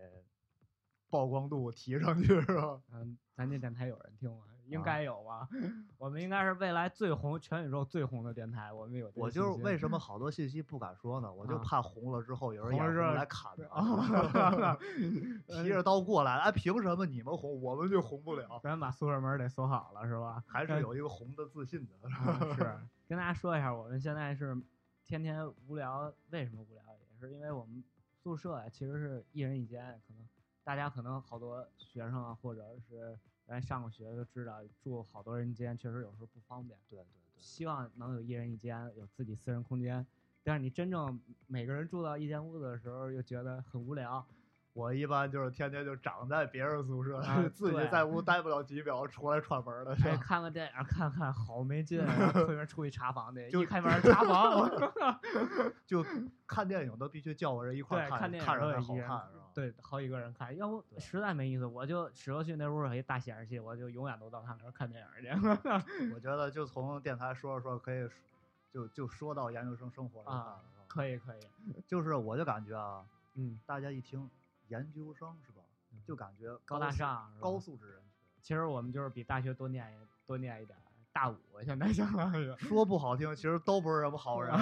B: 曝光度提上去，是吧？
C: 嗯，咱这电台有人听吗？
B: 啊
C: 应该有吧？我们应该是未来最红，全宇宙最红的电台，我们有这个
B: 我
C: 信
B: 就是
C: 心
B: 为什么好多信息不敢说呢？我就
C: 啊
B: 怕红了之后有人
C: 红
B: 眼
C: 了之
B: 红
C: 后
B: 来砍
A: [LAUGHS]
C: 啊
B: 我，，提着刀过来，哎，凭什么你们红，我们就红不了？
C: 咱把宿舍门得锁好了是
B: [LAUGHS]
C: 吧？
B: 还是
C: 但
B: 有一个红的自信的。 [LAUGHS]
C: 嗯是
A: 跟大家说一下，我们现在是天天无聊，为什么无聊？也是因为我们宿舍啊，其实是一人一间，可能大家可能好多学生啊，或者是原来上过学就知道，住好多人间确实有时候不方便。
B: 对对对，
A: 希望能有一人一间，有自己私人空间。但是你真正每个人住到一间屋子的时候，又觉得很无聊。
B: 我一般就是天天就长在别人宿舍，
A: 啊
B: 自己
A: 对
B: 在屋待不了几秒，出来串门儿的。
A: 哎，看看电影，看看好没
B: [LAUGHS]
A: 劲啊！推门出去查房去，
B: 就
A: 一开门查房。 [LAUGHS]
B: 就看电影都必须叫我人一块儿
A: 对
B: 看，
A: 看电
B: 看
A: 影
B: 着
A: 都
B: 才
A: 得
B: 好
A: 一
B: 看，
A: 人
B: 是吧？
A: 对，好几个人看，要不
B: 啊对
A: 实在没意思。我就史国旭那屋有一大显示器，我就永远都到他那儿看电影去。
B: 我觉得就从电台说着说着可以说，就就说到研究生生活这块儿了
A: 啊，
B: 是吧
A: [LAUGHS] 可以可以，
B: 就是我就感觉啊，
A: 嗯，
B: 大家一听研究生是吧，就感觉
A: 高大
B: 素
A: 上，是吧
B: 高。素质人群。
A: 其实我们就是比大学多念一多念一点儿，大五现在相当于。
B: 说不好听，其实都不是什么好
A: [LAUGHS]
B: 人。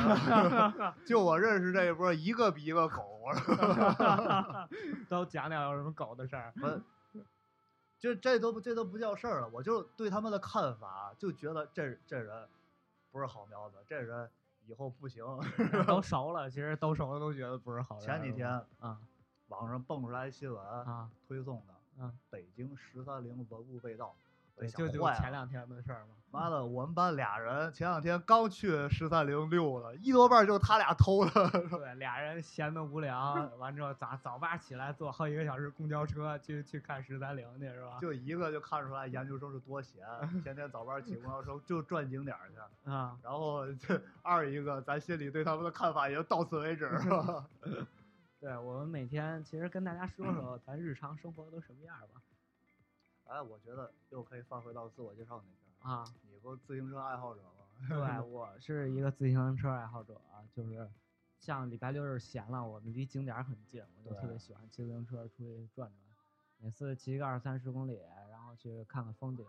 B: 就我认识这一波，一个比一个狗。 [LAUGHS]
A: 都讲讲有什么狗的
B: [LAUGHS]
A: 事儿。
B: 我这这都不这都不叫事儿了，我就对他们的看法就觉得这这人不是好苗子，这人以后不行。
A: 都熟了，其实都熟了都觉得不是好人儿。
B: 前几天
A: 啊
B: 网上蹦出来新闻，
A: 啊，
B: 推送的，
A: 嗯，
B: 北京十三陵文物被盗，我
A: 对，
B: 想
A: 就就
B: 坏
A: 前
B: 了
A: 两天的事
B: [LAUGHS]
A: 儿嘛。
B: 妈的，我们班俩人前两天刚去十三陵溜了，一多半就是他俩偷的。 [LAUGHS]
A: 对，俩人闲得无聊，完之后早早八起来坐好几个小时公交车去去看十三陵去是吧？
B: 就一个就看出来研究生是多闲，天天早班起公交车就转景点儿去。
A: 啊，
B: 然后这二一个，咱心里对他们的看法也就到此为 [LAUGHS] 止，是吧？
A: 对我们每天其实跟大家说说咱日常生活都什么样儿吧。
B: 哎，我觉得又可以放回到自我介绍那天儿，
A: 啊，
B: 你不自行车爱好者吗？
A: 对，
B: [LAUGHS]
A: 我是一个自行车爱好者啊，就是像礼拜六日闲了，我们离景点儿很近，我就特别
B: 对
A: 喜欢骑自行车出去转转，每次骑个二三十公里，然后去看看风景，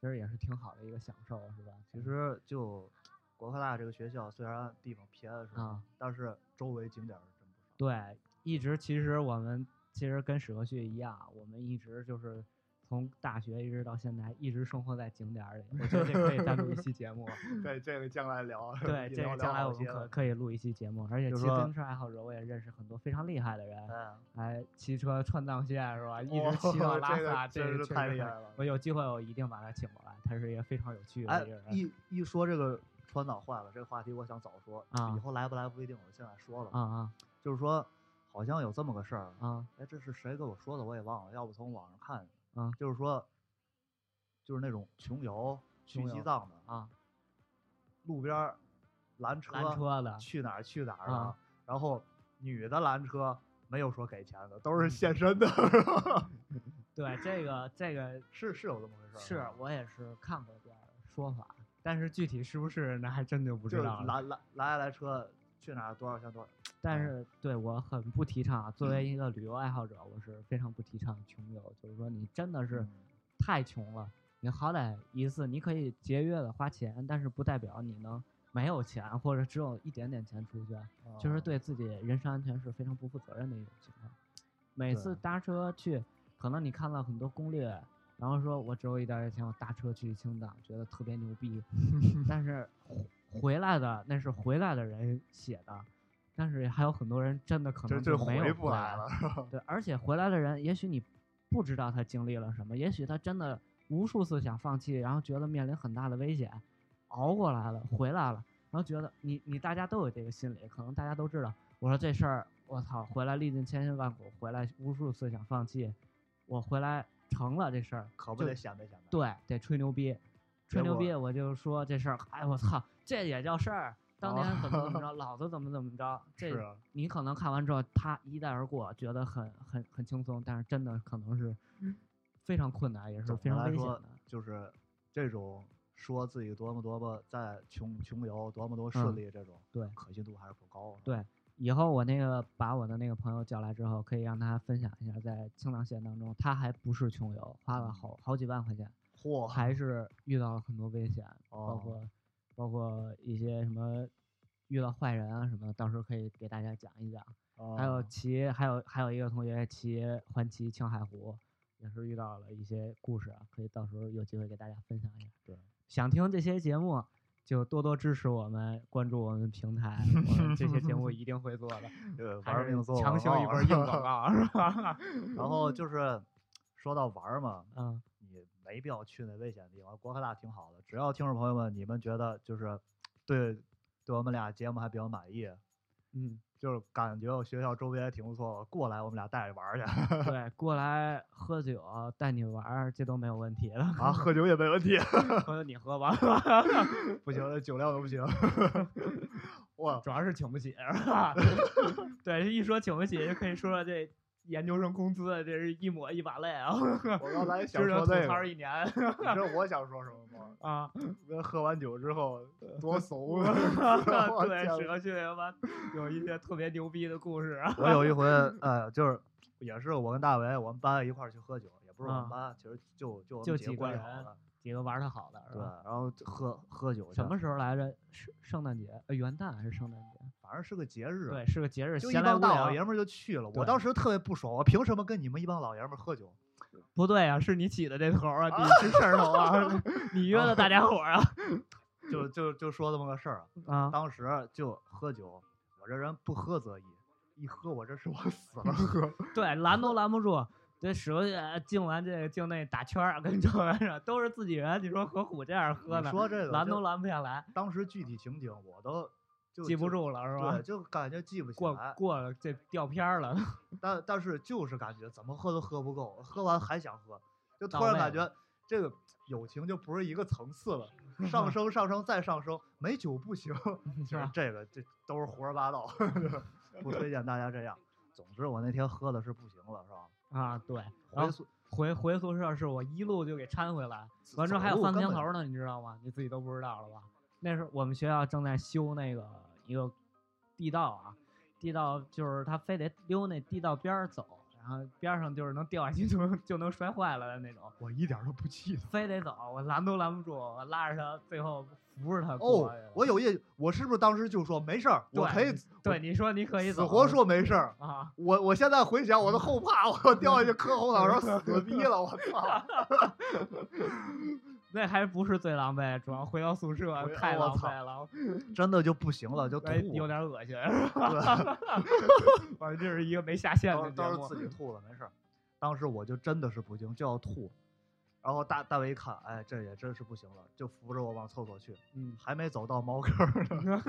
A: 其实也是挺好的一个享受，是吧？
B: 其实就国科大这个学校，虽然地方偏是吧，
A: 啊
B: 但是周围景点儿是真不少。
A: 对，一直其实我们其实跟史和旭一样，我们一直就是从大学一直到现在，一直生活在景点儿里。我觉得这可以单独一期节目。
B: 对，这个将来聊。
A: 对，
B: 一
A: 这
B: 聊
A: 个
B: 聊
A: 将来
B: 好
A: 我们
B: 些
A: 可
B: 了
A: 可以录一期节目，而且
B: 就
A: 骑自
B: 说
A: 行车爱好者我也认识很多非常厉害的人，
B: 嗯，
A: 还骑车穿藏线是吧？一
B: 哦
A: 直骑到拉
B: 这个
A: 萨，
B: 真
A: 个
B: 是
A: 确
B: 太
A: 实
B: 厉
A: 很
B: 害了
A: 我有机会我一定把他请过来，他是一个非常有趣
B: 哎
A: 的一个人。，
B: 一一说这个川岛坏了这个话题，我想早说，
A: 啊
B: 以后来不来不一定，我现在说了吧，
A: 啊啊
B: 就是说好像有这么个事儿，
A: 啊
B: 哎，这是谁跟我说的？我也忘了，要不从网上看。
A: 嗯
B: 就是说，就是那种穷游去
A: 穷
B: 西
A: 游
B: 藏的，
A: 啊！
B: 路边儿拦车，
A: 拦车的
B: 去哪儿去哪儿
A: 啊
B: 然后女的拦车没有说给钱的，都是
A: 嗯
B: 现身的， [LAUGHS]
A: 对这个这个
B: 是是有这么回事儿。
A: 是
B: 吧
A: 我也是看过这样的说法，但是具体是不是那还真就不知
B: 就
A: 道了。
B: 拦拦拦下来车去哪儿多少钱多少钱，
A: 但
B: 嗯
A: 是对我很不提倡啊，作为一个旅游爱好者，我是非常不提倡穷游，就是说你真的是
B: 嗯
A: 太穷了，你好歹一次你可以节约的花钱，但是不代表你能没有钱或者只有一点点钱出去啊，就是
B: 嗯
A: 对自己人身安全是非常不负责任的一种情况。每次
B: 对
A: 搭车去，可能你看了很多攻略，然后说我只有一点点钱，我搭车去青藏，觉得特别牛
B: [LAUGHS]
A: 逼，但是回回来的那是回来的人写的，但是还有很多人真的可
B: 就
A: 能
B: 就
A: 没有
B: 回不来
A: 来 [LAUGHS]
B: 了。
A: 对，而且回来的人，也许你不知道他经历了什么，也许他真的无数次想放弃，然后觉得面临很大的危险，熬过来了，回来了，然后觉得你你大家都有这个心理，可能大家都知道，我说这事儿，我操，回来历尽千辛万苦，回来无数次想放弃，我回来成了这事儿，
B: [LAUGHS] 可不
A: 就
B: 得显摆显摆。
A: 对，得吹牛逼。吹
B: 结
A: 牛
B: 果
A: 逼，我就说这事儿，哎我操，这也叫事儿？当
B: 啊
A: 年怎么怎
B: [LAUGHS]
A: 么着，老子怎么怎么着？这
B: 是啊，
A: 你可能看完之后，啪一带而过，觉得很很很轻松，但是真的可能是非常困难，也是
B: 总
A: 非
B: 的
A: 常
B: 来
A: 危险
B: 说
A: 的。
B: 就是这种说自己多么多么在穷穷游多么多
A: 嗯
B: 顺利这种，
A: 对
B: 可信度还是不高。
A: 对以后我那个把我的那个朋友叫来之后，可以让他分享一下，在青藏线当中，他还不是穷游，花
B: 嗯
A: 了好好几万块钱，
B: 嚯，
A: 还是遇到了很多危险，包
B: 哦
A: 括包括一些什么遇到坏人啊什么的，到时候可以给大家讲一讲。还有
B: 哦
A: 骑，还有还有一个同学骑环骑青海湖，也是遇到了一些故事啊，可以到时候有机会给大家分享一下。
B: 对，
A: 想听这些节目，就多多支持我们，关注我们平
B: [LAUGHS]
A: 台，我们这些节目一定会做的。
B: 呃
A: [LAUGHS] 还
B: [LAUGHS] 玩
A: 是
B: 命做
C: 强
B: 广
C: 行
B: [LAUGHS]
C: 一
B: 告
C: 波硬广告是
B: [LAUGHS]
C: 吧？
B: 然后就是说到玩儿嘛，
A: 嗯，
B: 你没必要去那危险的地方，国科大挺好的。只要听众朋友们，你们觉得就是对对我们俩节目还比较满意，
A: 嗯，
B: 就是感觉我学校周边也挺不错的，过来我们俩带着玩儿去
A: 对，过来喝酒带你玩儿，这都没有问题的。
B: [LAUGHS] 啊，喝酒也没问题，
C: 朋友你喝吧，主
B: 不行，酒量都不行。哇，
C: 要是请不起是吧？ [LAUGHS] 对，一说请不起就可以说说这研究生工资，啊这是一抹一把泪啊， [LAUGHS]
B: 我刚才想
C: 只能
B: 说
C: 吐
B: 那
C: 槽
B: 个，
C: 一
B: [LAUGHS]
C: 年
B: 你知道我想说什么吗？
C: 啊。
B: 那喝完酒之 [LAUGHS] 后多怂啊！ [LAUGHS] 我
C: 对，
B: 天
C: 蛇去他妈有一些特别牛逼的故事啊。
B: [LAUGHS] 我有一回，呃，就是也是我跟大为我们班一块儿去喝酒，也不是我们
A: 啊
B: 班，其实就就我
A: 就
B: 们几
A: 几
B: 个
A: 个
B: 关系
A: 人
B: 好的，
A: 几个玩的好的，是
B: 对，
A: 吧？
B: 然后就喝喝酒去，
A: 什么时候来着？圣圣诞节、呃、元旦还是圣诞节？
B: 反正是个节日，
A: 对，，是个节日，
B: 就一
A: 闲来
B: 帮
A: 无
B: 大老
A: 聊 [LAUGHS]
B: 爷们儿就去了。我
A: 对
B: 当时特别不爽，我凭什么跟你们一帮老爷们儿喝酒？
C: 不对啊，是你起的这头儿 [LAUGHS] 啊，你是事儿头 [LAUGHS]
A: [LAUGHS]
C: 啊，你约的大家伙儿 [LAUGHS] 啊。
B: [LAUGHS] 就就就说这么个事儿啊，
A: 啊，
B: 当时就喝酒，我这人不喝则已，一喝我这是我死了喝。
C: 对，拦都拦不住。这手里呃敬完这个敬那打圈儿，跟这玩意儿都是自己人。你说何苦这样喝
B: 你
C: 呢？
B: 说这个
C: 拦
B: 就
C: 都拦不下来，
B: 当时具体情景我都就
C: 记不
B: 就
C: 住了是吧
B: 对，？就感觉记不起
C: 过
B: 来。
C: 过了这掉片儿了，
B: 但但是就是感觉怎么喝都喝不够，喝完还想喝，就突
A: 到
B: 然
A: 位
B: 感
A: 了
B: 觉这个友情就不是一个层次了，
C: 嗯
B: 上升上升再上升，没酒不行。其
A: 是
B: 实
C: 啊
A: 吧？
B: 这个这都是胡说八道， [LAUGHS] 不推荐大家这样。总之我那天喝的是不行了，是吧？
A: 啊，对，然
B: 回
A: 后
B: 宿
A: 回回宿舍是我一路就给搀回来，完之后还有
B: 走路
A: 翻
B: 根
A: 天
B: 本
A: 猴呢，你知道吗？你自己都不知道了吧？那时候我们学校正在修那个一个地道啊，地道就是他非得溜那地道边儿走，然后边儿上就是能掉下去就能就能摔坏了的那种，
B: 我一点儿都不气他。
A: 非得走，我拦都拦不住，我拉着他，最后扶着他过
B: 哦
A: 去了。，
B: 我有一，我是不是当时就说没事儿，我
A: 啊对
B: 可以
A: 你
B: 死，
A: 对你说你可以
B: 死
A: 走，
B: 活说没事儿。
A: 啊，
B: 我我现在回想，我都后怕，我掉下去磕后脑勺死逼了，我
A: [LAUGHS]
B: 操！
A: 那还不是最狼狈，主要回到宿舍
B: 回
A: 太
B: 哦我
A: 狼
B: 操
A: 狈了，
B: 真的就不行了，就吐
A: 哎
B: 了。
A: 有点恶心。
B: 对
A: 我 [LAUGHS] 这是一个没下线
B: 都
A: 的
B: 是
A: 节
B: 都是
A: 目
B: 自己吐了，没事儿。当时我就真的是不行，就要吐。然后大大伟一看，哎，这也真是不行了，就扶着我往厕所去。
A: 嗯，
B: 还没走到茅坑儿呢，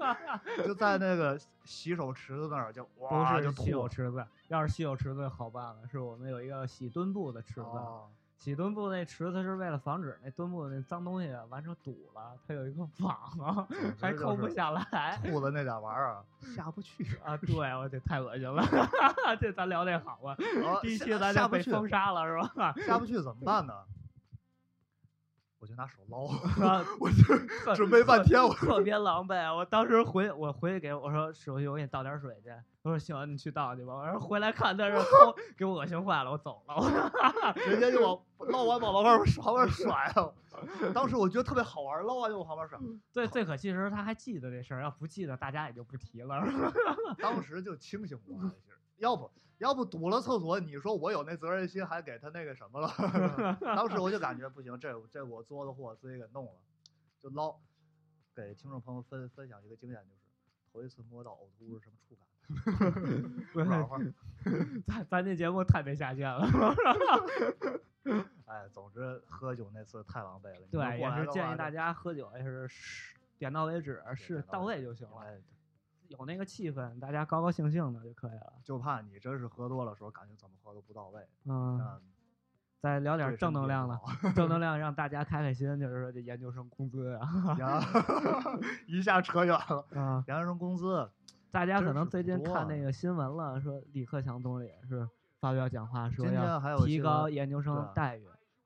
A: [LAUGHS]
B: 就在那个洗手池子那儿就
A: 不
B: 哇就是吐
A: 稀有
B: 了
A: 池子，要是稀有池子好办了，是我们有一个洗墩布的池子，
B: 哦
A: 洗墩布那池子是为了防止那墩布那脏东西完之后堵了，它有一个网，啊
B: 总
A: [LAUGHS] 还
B: 之就
A: 扣不
B: 是
A: 下 [LAUGHS] 来。
B: 吐的那点玩意儿啊下不去，
A: 啊，对，我这太恶心了，这咱聊这好吧？
B: 啊
A: 第一
B: 下
A: 期咱
B: 下
A: 就
B: 不
A: 被
B: 去，
A: 封杀了是吧？
B: 下不去怎么办呢？我就拿手捞，
A: 啊，
B: [LAUGHS] 我就
A: [LAUGHS] 特
B: 准备半天，我
A: 特别狼狈。我当时回我回去给我说手机，我给你倒点水去。我说行，你去倒去吧。我说回来看他是偷，给我恶心坏了，我走了。 [LAUGHS]
B: 直接就往捞完往旁边旁边甩啊！当时我觉得特别好玩，捞完就往旁边甩。
A: 最最可气的是他还记得这事儿，要不记得大家也就不提了。 [LAUGHS]
B: 当时就清醒过来了，其实要不要不堵了厕所，你说我有那责任心，还给他那个什么了？ [LAUGHS] 当时我就感觉不行，这这我作的祸自己给弄了，就捞。给听众朋友分分享一个经验，就是头一次摸到呕吐物是什么触感？
A: 不是
B: 软化。
A: [LAUGHS] 咱咱这节目太没下限了。
B: 哎，总之喝酒那次太狼狈了。你们
A: 对，
B: 过
A: 也
B: 来
A: 是
B: 的
A: 建
B: 话
A: 议大
B: 就
A: 家喝酒也是适点到为止，是
B: 点到
A: 到
B: 为
A: 位就行了，
B: 哎
A: 有那个气氛，大家高高兴兴的就可以了。
B: 就怕你真是喝多了时候，感觉怎么喝都不到位。
A: 嗯，
B: 嗯，
A: 再聊点
B: 对
A: 正
B: 身
A: 能
B: 体
A: 量
B: 不
A: 了，
B: 好
A: 正能量让大家开开心，就是说这研究生工资
B: [LAUGHS]
A: 啊
B: 呀，
A: [LAUGHS]
B: 一下扯远了。
A: 啊！
B: 研究生工资，
A: 大家可
B: 真
A: 能
B: 是
A: 最
B: 不
A: 近
B: 多
A: 看
B: 啊
A: 那个新闻了，说李克强总理是发表讲话说
B: 今天
A: 要
B: 还有
A: 提
B: 新
A: 高
B: 闻
A: 研究
B: 对
A: 生
B: 啊
A: 待遇，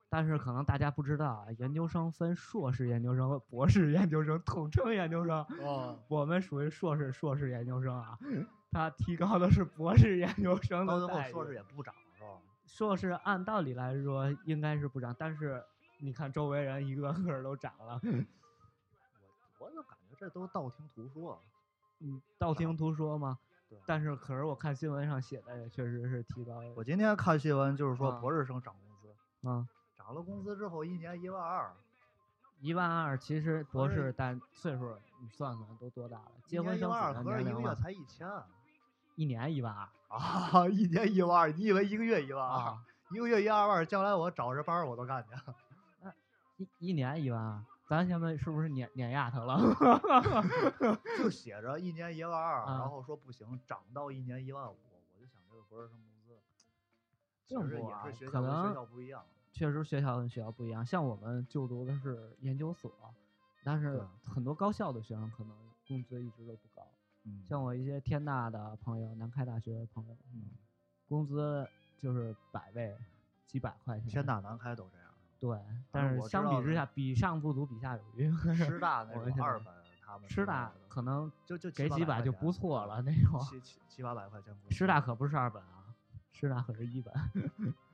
A: 但是可能大家不知道啊，研究生分硕士研究生和博士研究生，统称研究生。
B: 哦，
A: 我们属于硕士硕士研究生
B: [LAUGHS]
A: 啊，他提高的是博士研究生
B: 到
A: 的
B: 最后
A: 待
B: 硕士
A: 遇
B: 也不涨是吧？
A: 硕士按道理来说应该是不涨，但是你看周围人一个个儿都涨了，
B: 我怎么感觉这都道听途说啊？
A: 嗯，道听途说嘛。
B: 啊对啊
A: 但是可是我看新闻上写的也确实是提高了，
B: 我今天看新闻就是说
A: 啊
B: 博士生涨工资，
A: 啊，
B: 涨了工资之后一年一万二，
A: 一万二其实博
B: 是
A: 士但岁数你算算都多大了？
B: 一
A: 结
B: 年
A: 婚
B: 一
A: 生
B: 万二，
A: 子
B: 合
A: 的
B: 着一
A: 年
B: 个
A: 龄
B: 月
A: 了，
B: 才一千啊！
A: 一年一万二
B: 啊， [LAUGHS] 一年一万二，你以为一个月一万二？
A: 啊，
B: 一个月一万二，将来我找着班儿我都干去。
A: 一一年一万二，咱现在是不是碾碾压他
B: [LAUGHS]
A: 了？
B: 就写着一年一万二，
A: 啊
B: 然后说不行，涨到一年一万五，我就想这个博士生工资，其
A: 并
B: 实
A: 不
B: 也
A: 啊
B: 是学
A: 可
B: 校跟学
A: 能
B: 校不一样，
A: 确实学校跟学校不一样，像我们就读的是研究所，但是
B: 啊
A: 很多高校的学生可能工资一直都不高。
B: 嗯
A: 像我一些天大的朋友、南开大学的朋友，工资就是百位、几百块钱。
B: 天大南开都这样。
A: [LAUGHS] 对，
B: 正
A: 但是
B: 我知
A: 相
B: 道
A: 比之
B: 的
A: 下，比上不足，比下有
B: [LAUGHS]
A: 余。
B: 师大
A: 我
B: 那
A: 现
B: 种
A: 在
B: 二本，他们
A: 师大可
B: 能
A: 能
B: 就就
A: 给几
B: 百
A: 百
B: 块
A: 就
B: 钱
A: 不错了，那种。
B: 七七七八百块钱工资。
A: 师大可不是二本啊，师大可是
B: [LAUGHS]
A: 一本，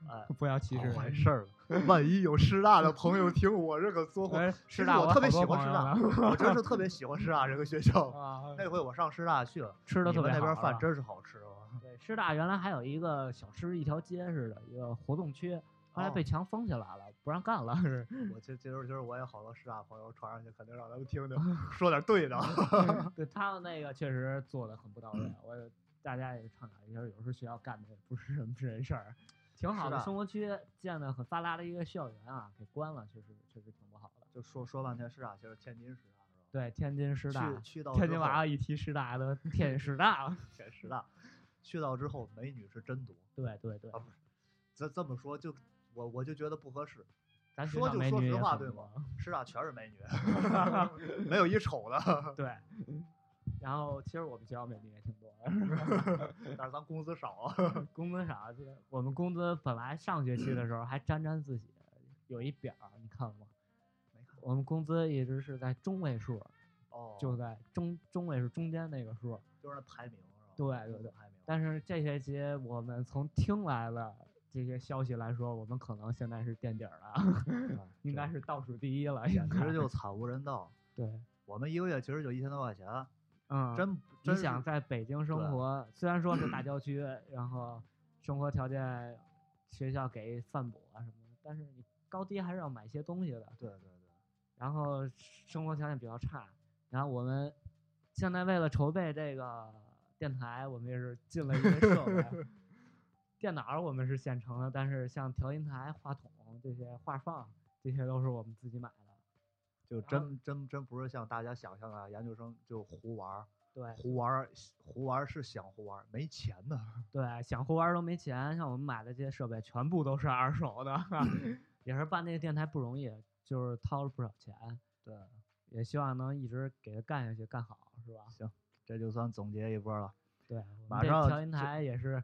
B: 哎，
A: 不要歧视
B: 好坏
A: 人。
B: 事儿
A: [LAUGHS]
B: 了，万一有师大的朋友听我这个做货，
A: 哎
B: 其实
A: 师大
B: 我
A: 我
B: 特别
A: 好
B: 喜
A: 多
B: 欢
A: 朋
B: 师
A: 友
B: 大，我
A: [LAUGHS]
B: 真是特别喜欢师大这个学 [LAUGHS] 校。
A: 啊，
B: 那回我上师大去了，
A: 吃的
B: 你
A: 特
B: 们
A: 别好
B: 那
A: 啊。
B: 边饭真是好吃啊。
A: 对，师大原来还有一个小吃一条街似的，一个活动区，后来
B: 哦
A: 被墙封起来了，不让干了。是
B: 我这这时候就是我也好多师大朋友传上去，肯定让他们听
A: 啊
B: 听，说点对的。 [LAUGHS]
A: 对他们那个确实做的很不到
B: 嗯
A: 位，我大家也倡导一下，有时候学校干的也不是什么人事儿，挺好
B: 是
A: 的
B: 的
A: 生活区建的很发达的一个校园啊，给关了，确实确实挺不好的。
B: 就说说半天师大，其实天津师大是吧？
A: 对，天津师大，
B: 去去到
A: 天
B: 之
A: 津
B: 后
A: 娃娃一提师大都天津师大了。
B: [LAUGHS] 天师大，去到之后美女是真多。
A: 对对对
B: 啊，这这么说就我我就觉得不合适。
A: 咱学
B: 说
A: 校
B: 就
A: 美
B: 说
A: 女
B: 实
A: 也
B: 话
A: 很
B: 对
A: 多
B: 吗师大全是美女， [LAUGHS] 没有一丑的。
A: 对。然后其实我们学校美女也挺多的。
B: 但是咱工资少
A: [LAUGHS]
B: 啊。
A: 工资少，这个我们工资本来上学期的时候还沾沾自喜，有一表儿你看了吗？
B: 没看
A: 我们工资一直是在中位数，
B: 哦，
A: 就在中中位数中间那个数。
B: 就是那排名是吧？
A: 对
B: 工
A: 对
B: 资
A: 对
B: 排名。
A: 但是这学期我们从听来的这些消息来说，我们可能现在是垫底儿了， [LAUGHS]
B: 哎
A: 应
B: 这
A: 该是倒数第一了。应
B: 简直
A: 该
B: 就惨无人道。
A: 对，
B: 我们一个月其实就一千多块钱，
A: 嗯，
B: 真
A: 你
B: 真
A: 想
B: 是
A: 在北京
B: 对
A: 生活，虽然说是
B: [CLEARS THROAT]
A: 大郊区，然后生活条件学校给饭补啊什么的，但是你高低还是要买些东西的。
B: 对对对。
A: 然后生活条件比较差，然后我们现在为了筹备这个电台，我们也是进了一些设备，电脑儿我们是现成的，但是像调音台、话筒这些话放，这些都是我们自己买的。
B: 就
A: 后
B: 真真真不是像大家想象的啊研究生就胡玩儿，
A: 对
B: 胡玩儿胡玩儿是想胡玩儿，没钱的。
A: 对，想胡玩儿都没钱，像我们买的这些设备全部都是二手的， [LAUGHS] 也是办这个电台不容易，就是掏了不少钱，
B: 对，
A: 也希望能一直给它干下去，干好，是吧？
B: 这就算总结一波了。
A: 对，啊我们
B: 马
A: 这
B: 上
A: 调音
B: 就
A: 台也是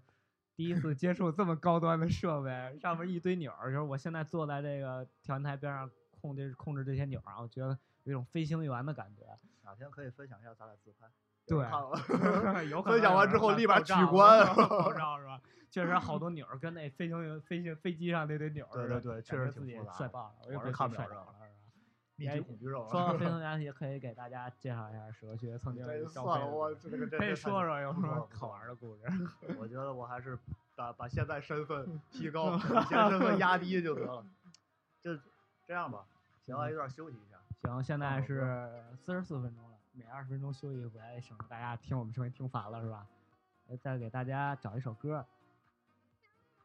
A: 第一次接触这么高端的设备，上面一堆钮儿，就是我现在坐在这个调音台边上控制控制这些钮儿啊，我觉得有一种飞行员的感觉。
B: 哪天可以分享一下咱俩自拍？
A: 对， [LAUGHS] 有可能
B: 分享
A: 有
B: 完
A: 人
B: 之后
A: 在
B: 立马
A: 爆
B: 取
A: 炸了
B: 关 [LAUGHS]
A: 爆炸是吧？确实好多钮儿跟那飞行员飞行飞机上那堆钮儿
B: 对
A: 似
B: 对
A: 的，
B: 对
A: 感
B: 确实
A: 觉
B: 挺
A: 自己
B: 复杂
A: 帅
B: 的
A: 爆了，
B: 我
A: 又
B: 是
A: 回
B: 看
A: 去
B: 不了
A: 帅
B: 这
A: 爆
B: 个
A: 了是吧
B: 密集
A: 哎
B: 恐惧症啊。
A: 说到飞行员，也可以给大家介绍一下蛇学
B: [LAUGHS]
A: 曾经
B: 这就
A: 消
B: 算
A: 费
B: 了，
A: 的故
B: 我
A: 事
B: 这个真
A: 可以
B: 是
A: 说
B: 太
A: 说有什
B: 不说了
A: 么
B: 不
A: 好
B: 说
A: 玩儿的
B: 了
A: 故事。
B: 我觉得我还是把把现在身
A: [LAUGHS]
B: 份提高，以前身份压低就得了。 [LAUGHS] 就这样吧，聊完一段休息一下。
A: 行，现在
B: 好的
A: 是四十四分钟了，每二十分钟休息一回，哎省得大家听我们声音听烦了，是吧？呃再给大家找一首歌，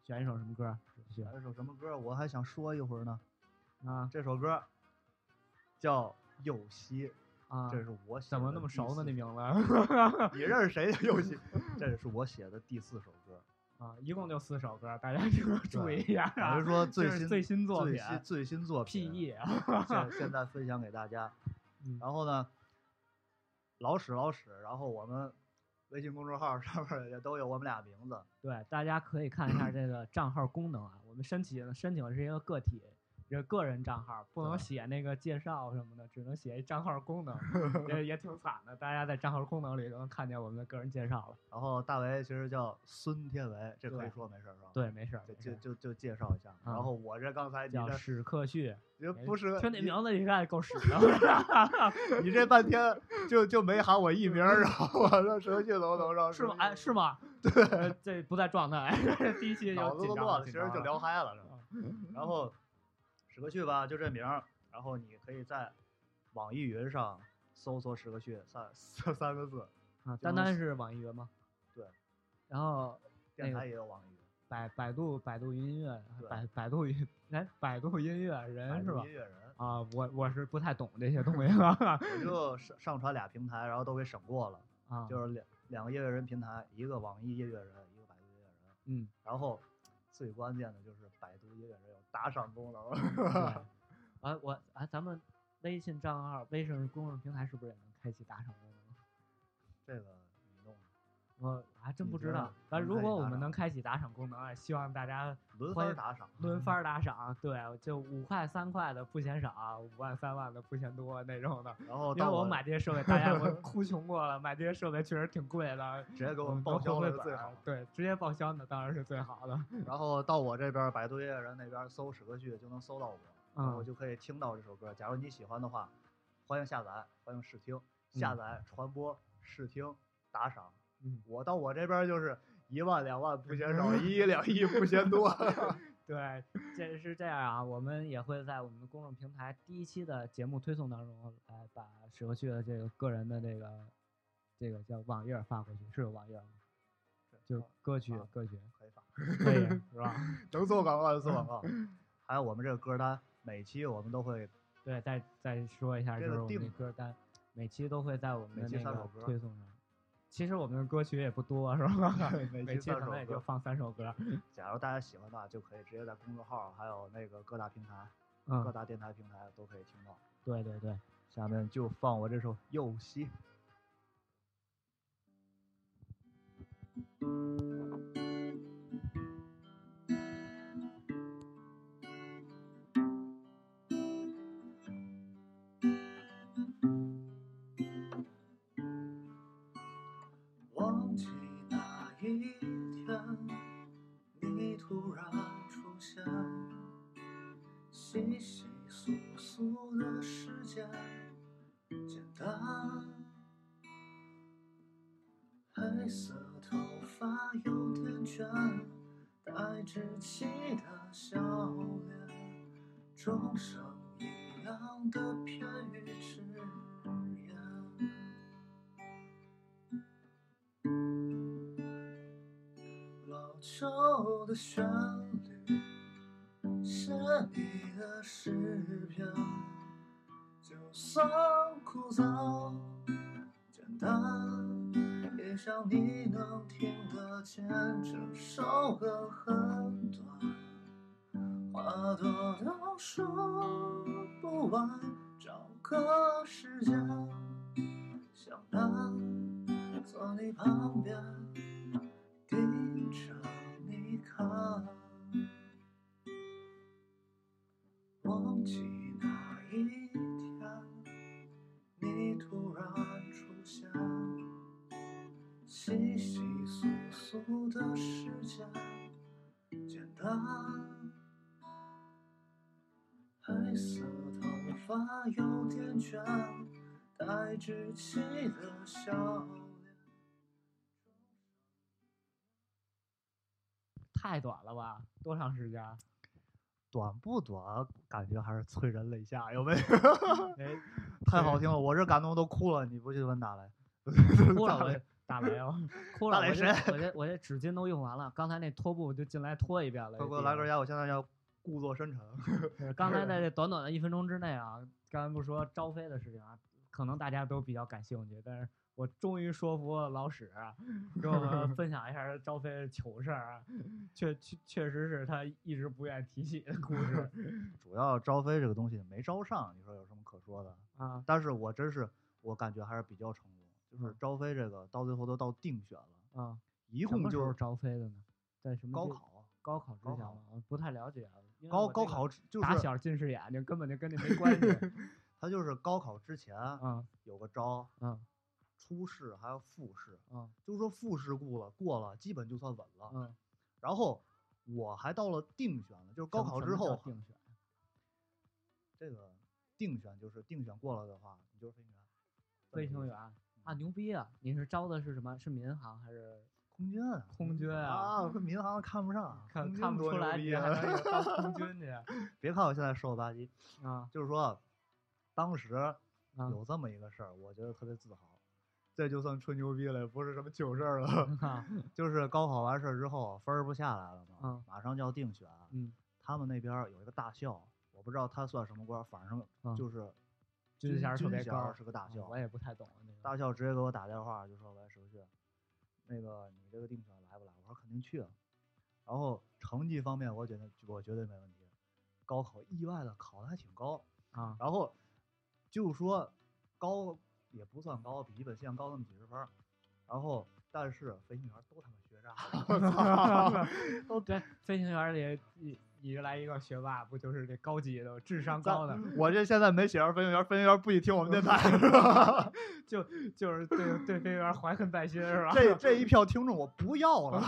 A: 选一首什么歌？选
B: 来一首什么歌？我还想说一会儿呢。
A: 啊
B: 这首歌叫《右西》，
A: 啊！
B: 这是我写
A: 怎么
B: 的
A: 那么
B: 第
A: 熟呢？
B: 四
A: 这名字 [LAUGHS]
B: [LAUGHS] 你认识谁的右西？这是我写的第四首歌，
A: 啊，一共就四首歌，大家 [LAUGHS] 就注意一下
B: 我
A: [LAUGHS] 啊
B: 是。说最
A: 这是
B: 新
A: 最新作
B: 最
A: 品
B: 新最新作品 [LAUGHS]
A: PE 啊，
B: 现现在分享给大家。
A: 嗯
B: 然后呢，老史老史，然后我们微信公众号上面也都有我们俩名字。
A: 对，大家可以看一下这个账号功能啊。我们申请申请的是一个个体，这个人账号，不能
B: 对
A: 写那个介绍什么的，只能写一账号功
B: [LAUGHS]
A: 能，也也挺惨的。大家在账号功能里都能看见我们的个人介绍了。
B: 然后大为其实叫孙天维，这可以
A: 对
B: 说没事儿是吧？，
A: 对，没事儿，
B: 就
A: 没事
B: 就
A: 儿
B: 就就介绍一下。
A: 嗯
B: 然后我这刚才你
A: 叫
B: 这
A: 史哎克旭，
B: 你不是
A: 听那
B: 你
A: 名字一看够屎
B: [LAUGHS]
A: 的，
B: 你这半天就就没喊我艺名儿，然后我说程序楼
A: [LAUGHS]
B: 楼上
A: 是吗？哎，是
B: 吗？
A: 吗？对，这不在状态。 [LAUGHS] 第一期
B: 脑
A: 有
B: 子都
A: 紧张
B: 乱
A: 了，
B: 了，其
A: 紧
B: 实
A: 张
B: 就
A: 了
B: 聊嗨了是吧？
A: 嗯
B: 然后史克旭吧，就这名儿，然后你可以在网易云上搜索史克旭三三三个字，
A: 啊，
B: 就
A: 单
B: 是 [LAUGHS]
A: 单是网易云吗？
B: 对。
A: 然后
B: 电
A: 那个
B: 台也有网易云，
A: 百百度百度云音乐
B: 对，
A: 百百度云哎，百度音乐
B: 百
A: 人哎是
B: 度
A: 吧
B: 音？乐人，
A: 啊，我我是不太懂这些东西了 [LAUGHS]
B: 我就上上传俩平台，然后都给审过了，
A: 啊，
B: 就是两两个音乐人平台，一个网易音乐人，一个百度音乐人， [LAUGHS]
A: 嗯，
B: 然后最关键的就是百度音乐人有打赏功能， [LAUGHS]
A: 对啊我啊，咱们微信账号、微信公众平台是不是也能开启打赏功能？
B: 这个你弄
A: 我还真
B: 你
A: 不
B: 觉
A: 知道
B: 得。
A: 啊，
B: 能
A: 如果
B: 开启
A: 我
B: 打
A: 们
B: 赏
A: 能开启打赏功能啊，希望大家
B: 轮
A: 欢
B: 番
A: 迎
B: 打赏，
A: 轮番儿打赏，对，就五块、三块的不嫌少，啊五万、三万的不嫌多那种的。
B: 然后
A: 因为
B: 哦当
A: 我买这些
B: [LAUGHS]
A: 设备，大家我哭穷过了，买这些设备确实挺贵的，
B: 直接给我
A: 我
B: 们
A: 们
B: 报
A: 都
B: 销
A: 回
B: 了
A: 回
B: 是
A: 本
B: 最
A: 儿
B: 好的。
A: 对，直接报销那当然是最好的。 [LAUGHS]
B: 然后到我这边儿，百度音乐人那边儿搜史歌旭就能搜到我，然后
A: 嗯，
B: 就可以听到这首歌。假如你喜欢的话，欢迎下载，欢迎试听，下
A: 嗯
B: 载、传播、试听、打赏。
A: 嗯
B: 我到我这边儿就是一万两万不
A: [LAUGHS]
B: 嫌少，一亿两亿不嫌多。 [LAUGHS]
A: 对，这是这样啊，我们也会在我们的公众平台第一期的节目推送当中，来把史和旭的这个个人的这个这个叫网页儿发过去，是有网页儿吗？就是歌曲
B: 啊
A: 歌曲
B: 可以发，
A: [LAUGHS] 可以是吧？
B: 能做广告就做广
A: [LAUGHS]
B: 告。还有我们这个歌单，每期我们都会
A: 对，再再说一下，
B: 这
A: 就是
B: 个
A: 我们的
B: 定
A: 歌单，每期都会在我们
B: 每
A: 的
B: 期
A: 那
B: 三
A: 个
B: 首歌
A: 推送上。其实我们的歌曲也不多，是吧？
B: [LAUGHS] 每
A: 每
B: 期
A: 期
B: 三
A: 可
B: 首
A: 能也就
B: 歌。
A: 放三首歌。
B: 假如大家喜欢的话，就可以直接在公众号还有那个各大平台、各
A: 嗯，
B: 大电台平台都可以听到。
A: 对对对，
B: 下面就放我这首《右西》。
E: 忘记那一天，你突然出现，稀稀疏疏的世界，简单。黑色头发有点卷，带稚气的笑脸，钟声一样的片语只言。老旧的旋律是你的诗篇，就算枯燥简单，也想你能听得见。这首歌很短，话多到说不完，找个时间相伴，坐你旁边。盯着你看，忘记哪一天你突然出现，稀稀疏疏的世界，简单。黑色头发有点卷，带稚气的笑脸。
A: 太短了吧？多长时
B: [LAUGHS]
A: 间？啊
B: 短不短，感觉还是催人泪下，有没有？ [LAUGHS]
A: 哎，
B: 太好听了，我这感动都哭了。你不去问大雷，
A: 哭了我就打雷
B: [LAUGHS]
A: 了，哭哦了
B: 大雷
A: 我这我这我这纸巾都用完了，刚才那拖布就进来拖一遍了。
B: 快给我来根烟，我现在要故作深沉。 [LAUGHS]
A: 是刚才在这短短的一分钟之内啊，刚才不是说招飞的事情啊，可能大家都比较感兴趣，但是我终于说服了老史，给我
B: [LAUGHS]
A: 们分享一下招飞的糗事儿啊，确确确实是他一直不愿提起的故事
B: [LAUGHS] 主要招飞这个东西没招上，你说有什么可说的？
A: 啊。
B: 但是我真是我感觉还是比较成功，就是
A: 嗯
B: 招飞这个到最后都到定选了，
A: 啊，
B: 一
A: 什
B: 共
A: 么时候
B: 就
A: 招飞的呢？在什么
B: 高
A: 地
B: 考
A: 高考之
B: 高
A: 前
B: 考
A: 吗？我不太了解啊，因为
B: 高
A: 我
B: 高
A: 这个
B: 考之就
A: 打
B: 是
A: 小近视眼睛，根本就跟你没关系
B: [LAUGHS] 他就是高考之前
A: 啊
B: 有个招，
A: 啊
B: 初试还有复试，
A: 啊
B: 就说复试过了过了，基本就算稳了。
A: 啊！
B: 然后我还到了定选了，就是高
A: 什么什
B: 考之
A: 么叫
B: 后
A: 定选
B: 这个定选就是定选过了的话，你就是飞行
A: 飞行
B: 员。这么个意思
A: 员啊，牛逼啊！你是招的是什么？是民航还是
B: 空军啊，
A: 空军啊？
B: 啊，跟民航看不上，啊
A: 看
B: 空军
A: 看不
B: 多
A: 出
B: 牛
A: 来
B: 逼
A: 你还
B: 啊
A: 能有
B: [LAUGHS]
A: 当空军去
B: 别看我现在瘦了吧唧，
A: 啊
B: 就是说，当时
A: 啊
B: 有这么一个事儿，我觉得特别自豪，这就算吹牛逼了，不是什么糗事儿了。
A: 啊！
B: 就是高考完事儿之后，分儿不下来了嘛，
A: 嗯
B: 马上就要定选，
A: 嗯，
B: 他们那边儿有一个大校，我不知道他算什么官儿，反正
A: 嗯
B: 就是
A: 军衔儿特
B: 军
A: 别
B: 衔儿
A: 高
B: 是个大
A: 啊
B: 校，
A: 我也不太懂那个。
B: 大校直接给我打电话就说：“喂，石旭，那个你这个定选来不来？”我说：“肯定去。”然后成绩方面，我觉得我绝对没问题。高考意外的考的还挺高
A: 啊
B: 然后就说高也不算高，比一本线高那么几十分儿。然后但是飞行员都他妈学渣，
A: 都对，飞行员里一一来一个学霸，不就是这高级的、智商高的，
B: 我这现在没写上飞行员，飞行员不许听我们电台
A: [LAUGHS]
B: 是吧？
A: 就就是对对飞行员怀恨在心是吧？
B: 这这一票听众我不要了。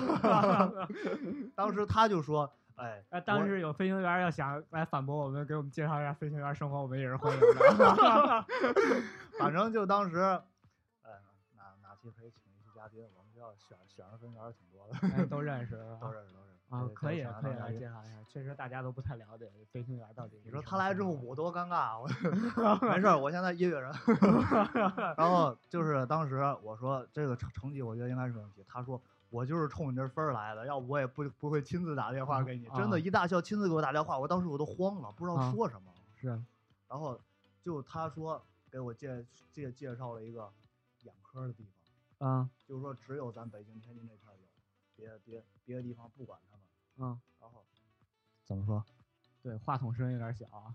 B: [LAUGHS] 当时他就说：“哎，
A: 啊，
B: 我
A: 当时有飞行员要想来反驳我们，给我们介绍一下飞行员生活，我们也是欢迎的。
B: [LAUGHS] 反正就当时，呃，哪哪期可以请一期嘉宾？我们学校选选上分员挺多的，
A: 哎都认识
B: 嗯 [LAUGHS] 都
A: 识
B: 认识都认识
A: 啊，可以可以来
B: 来
A: 介绍一下。确实大家都不太了解飞行员到底。
B: 你说他来之后我多尴尬啊！我
A: [LAUGHS]
B: 没事儿，我现在音乐人。然后就是当时我说这个成成绩我觉得应该是没问题，他说我就是冲你这分儿来的，要不我也不不会亲自打电话给你。真
A: 啊
B: 的，一大校亲自给我打电话，我当时我都慌了，不知
A: 啊
B: 道说什么。
A: 是
B: 然后就他说给我介介介绍了一个眼科的地方。
A: 啊
B: 就是说只有咱北京、天津这片儿有，别别别的地方不管他们。
A: 嗯，
B: 然后怎么说？
A: 对话筒声音有点小啊，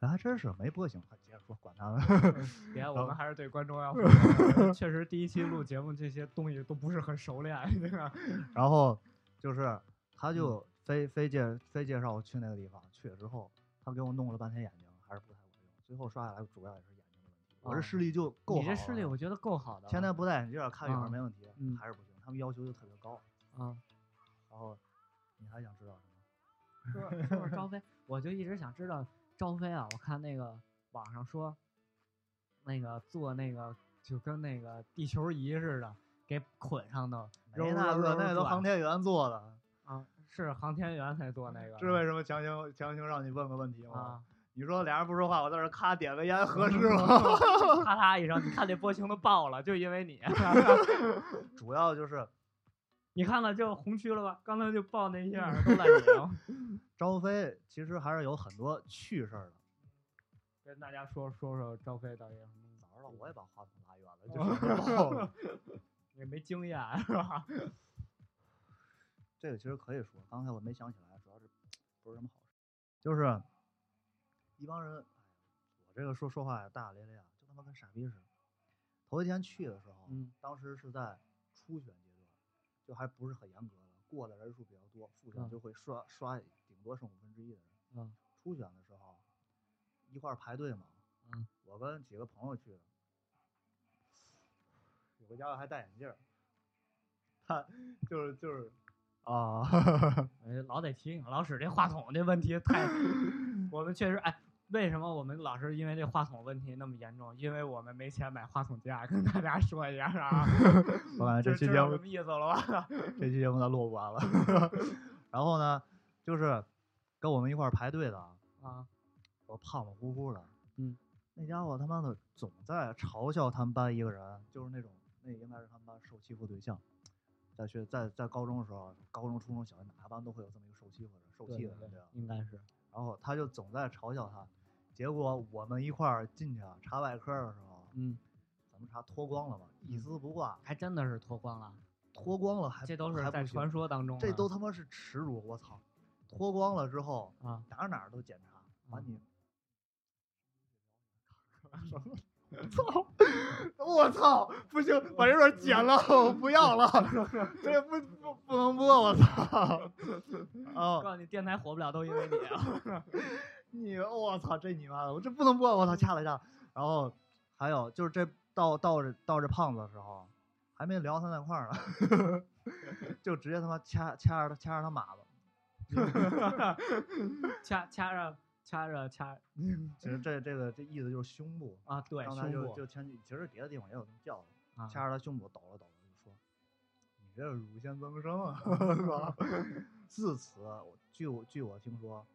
B: 咱哎还真是没波形，快接着说，管他们。 [LAUGHS]
A: 别我
B: 然
A: 们
B: 后
A: 还是对观众
B: [LAUGHS]
A: 要负责任。确实第一期录节目这些东西都不是很熟练，这个
B: 然后就是他
A: 嗯
B: 就非非介非介绍我去那个地方，去了之后，他给我弄了半天眼睛，还是不太管用。最后刷下来主要也是眼睛的问题，我
A: 哦
B: 这视力就够好
A: 你这视力
B: 了
A: 我觉得够好的了。
B: 现在不戴眼镜儿看远
A: 啊
B: 儿没问题，
A: 嗯
B: 还是不行。他们要求就特别高。
A: 啊，
B: 然后你还想知道什么？
A: 说说说张飞，我就一直想知道张飞啊，我看那个网上说，那个做那个就跟那个地球仪似的，给捆上头，揉
B: 没那
A: 揉揉
B: 个，那
A: 揉
B: 都
A: 转
B: 航天员做的，
A: 啊，是航天员才做那个，
B: 这是为什么强行强行让你问个问题吗？
A: 啊，嗯
B: 你说俩人不说话，我在这咔点个烟合适啊吗？
A: 咔嚓一声，你看这波形都爆了，就因为你，
B: [LAUGHS]
A: [LAUGHS]
B: 主要就是
A: 你看了就红区了吧？刚才就爆那一下儿，都赖你。
B: 张飞其实还是有很多趣事儿的。
A: 跟大家说说说张飞到底有什么
B: 哪儿了？我也把话筒拉远了，就是爆了。
A: 也没经验是吧？
B: 这个其实可以说，刚才我没想起来，主要是不是什么好事，就是一帮人，哎呀，我这个说说话也大大咧咧啊，就他妈跟傻逼似的。头一天去的时候，
A: 嗯
B: 当时是在初选阶段，就还不是很严格的，过的人数比较多，复
A: 嗯
B: 选就会刷、刷顶多剩五分之一的人。
A: 嗯，
B: 初选的时候一块儿排队嘛，
A: 嗯，
B: 我跟几个朋友去的，有个家伙还戴眼镜儿，他就是就是啊。 [LAUGHS]
A: 哎，老得提醒老史这话筒这问题
B: [LAUGHS]
A: 太，我们确实哎，为什么我们老是因为这话筒问题那么严重？因为我们没钱买话筒架，跟大家说一下
B: [LAUGHS]
A: 啊，
B: 我感
A: 这
B: 觉这期
A: 知
B: 节
A: 道
B: 目
A: 什么意思了吧？
B: 这期节目咱录
A: [LAUGHS]
B: 不完了。然后呢，就是跟我们一块儿排队的啊，
A: 啊，
B: 我胖胖乎乎的，
A: 嗯，
B: 那家伙他妈的总在嘲笑他们班一个人，就是那种那应该是他们班受欺负对象。在学在在高中的时候，高中、初中小学哪个班都会有这么一个受欺负的人、受
A: 对
B: 气
A: 对
B: 的人，
A: 对
B: 吧？
A: 应该是
B: 然后他就总在嘲笑他。结果我们一块儿进去啊查外科的时候，
A: 嗯
B: 咱红茶脱光了吗？一丝不挂，
A: 还真的是脱光了，
B: 脱光了还
A: 这都
B: 还
A: 是
B: 不
A: 在
B: 行
A: 传说当中啊的，
B: 这都他妈是耻辱！我操，脱光了之后
A: 啊，
B: 哪儿哪儿都检查，把
A: 嗯
B: 你。 [LAUGHS] 操！我操！不行，把这段剪了，我不要了， [LAUGHS] 这不不不能播！我操！
A: 告
B: 哦，
A: 诉你，电台火不了都因为你啊，
B: 你我操，这你妈的，我这不能播！我操，掐了掐了。然后还有就是这到到这到这胖子的时候，还没聊他那块儿呢， [LAUGHS] 就直接他妈掐掐着他掐着他马子，
A: 掐掐着掐着掐
B: 其实这这个这意思就是胸部，
A: 啊，对，
B: 刚才
A: 胸
B: 就
A: 部
B: 就前几其实别的地方也有这么叫的，
A: 啊，
B: 掐着他胸部抖了抖了，就说：“你这是乳腺增生啊！”
A: 嗯
B: [LAUGHS] 是吧？自此，我据我据我听说，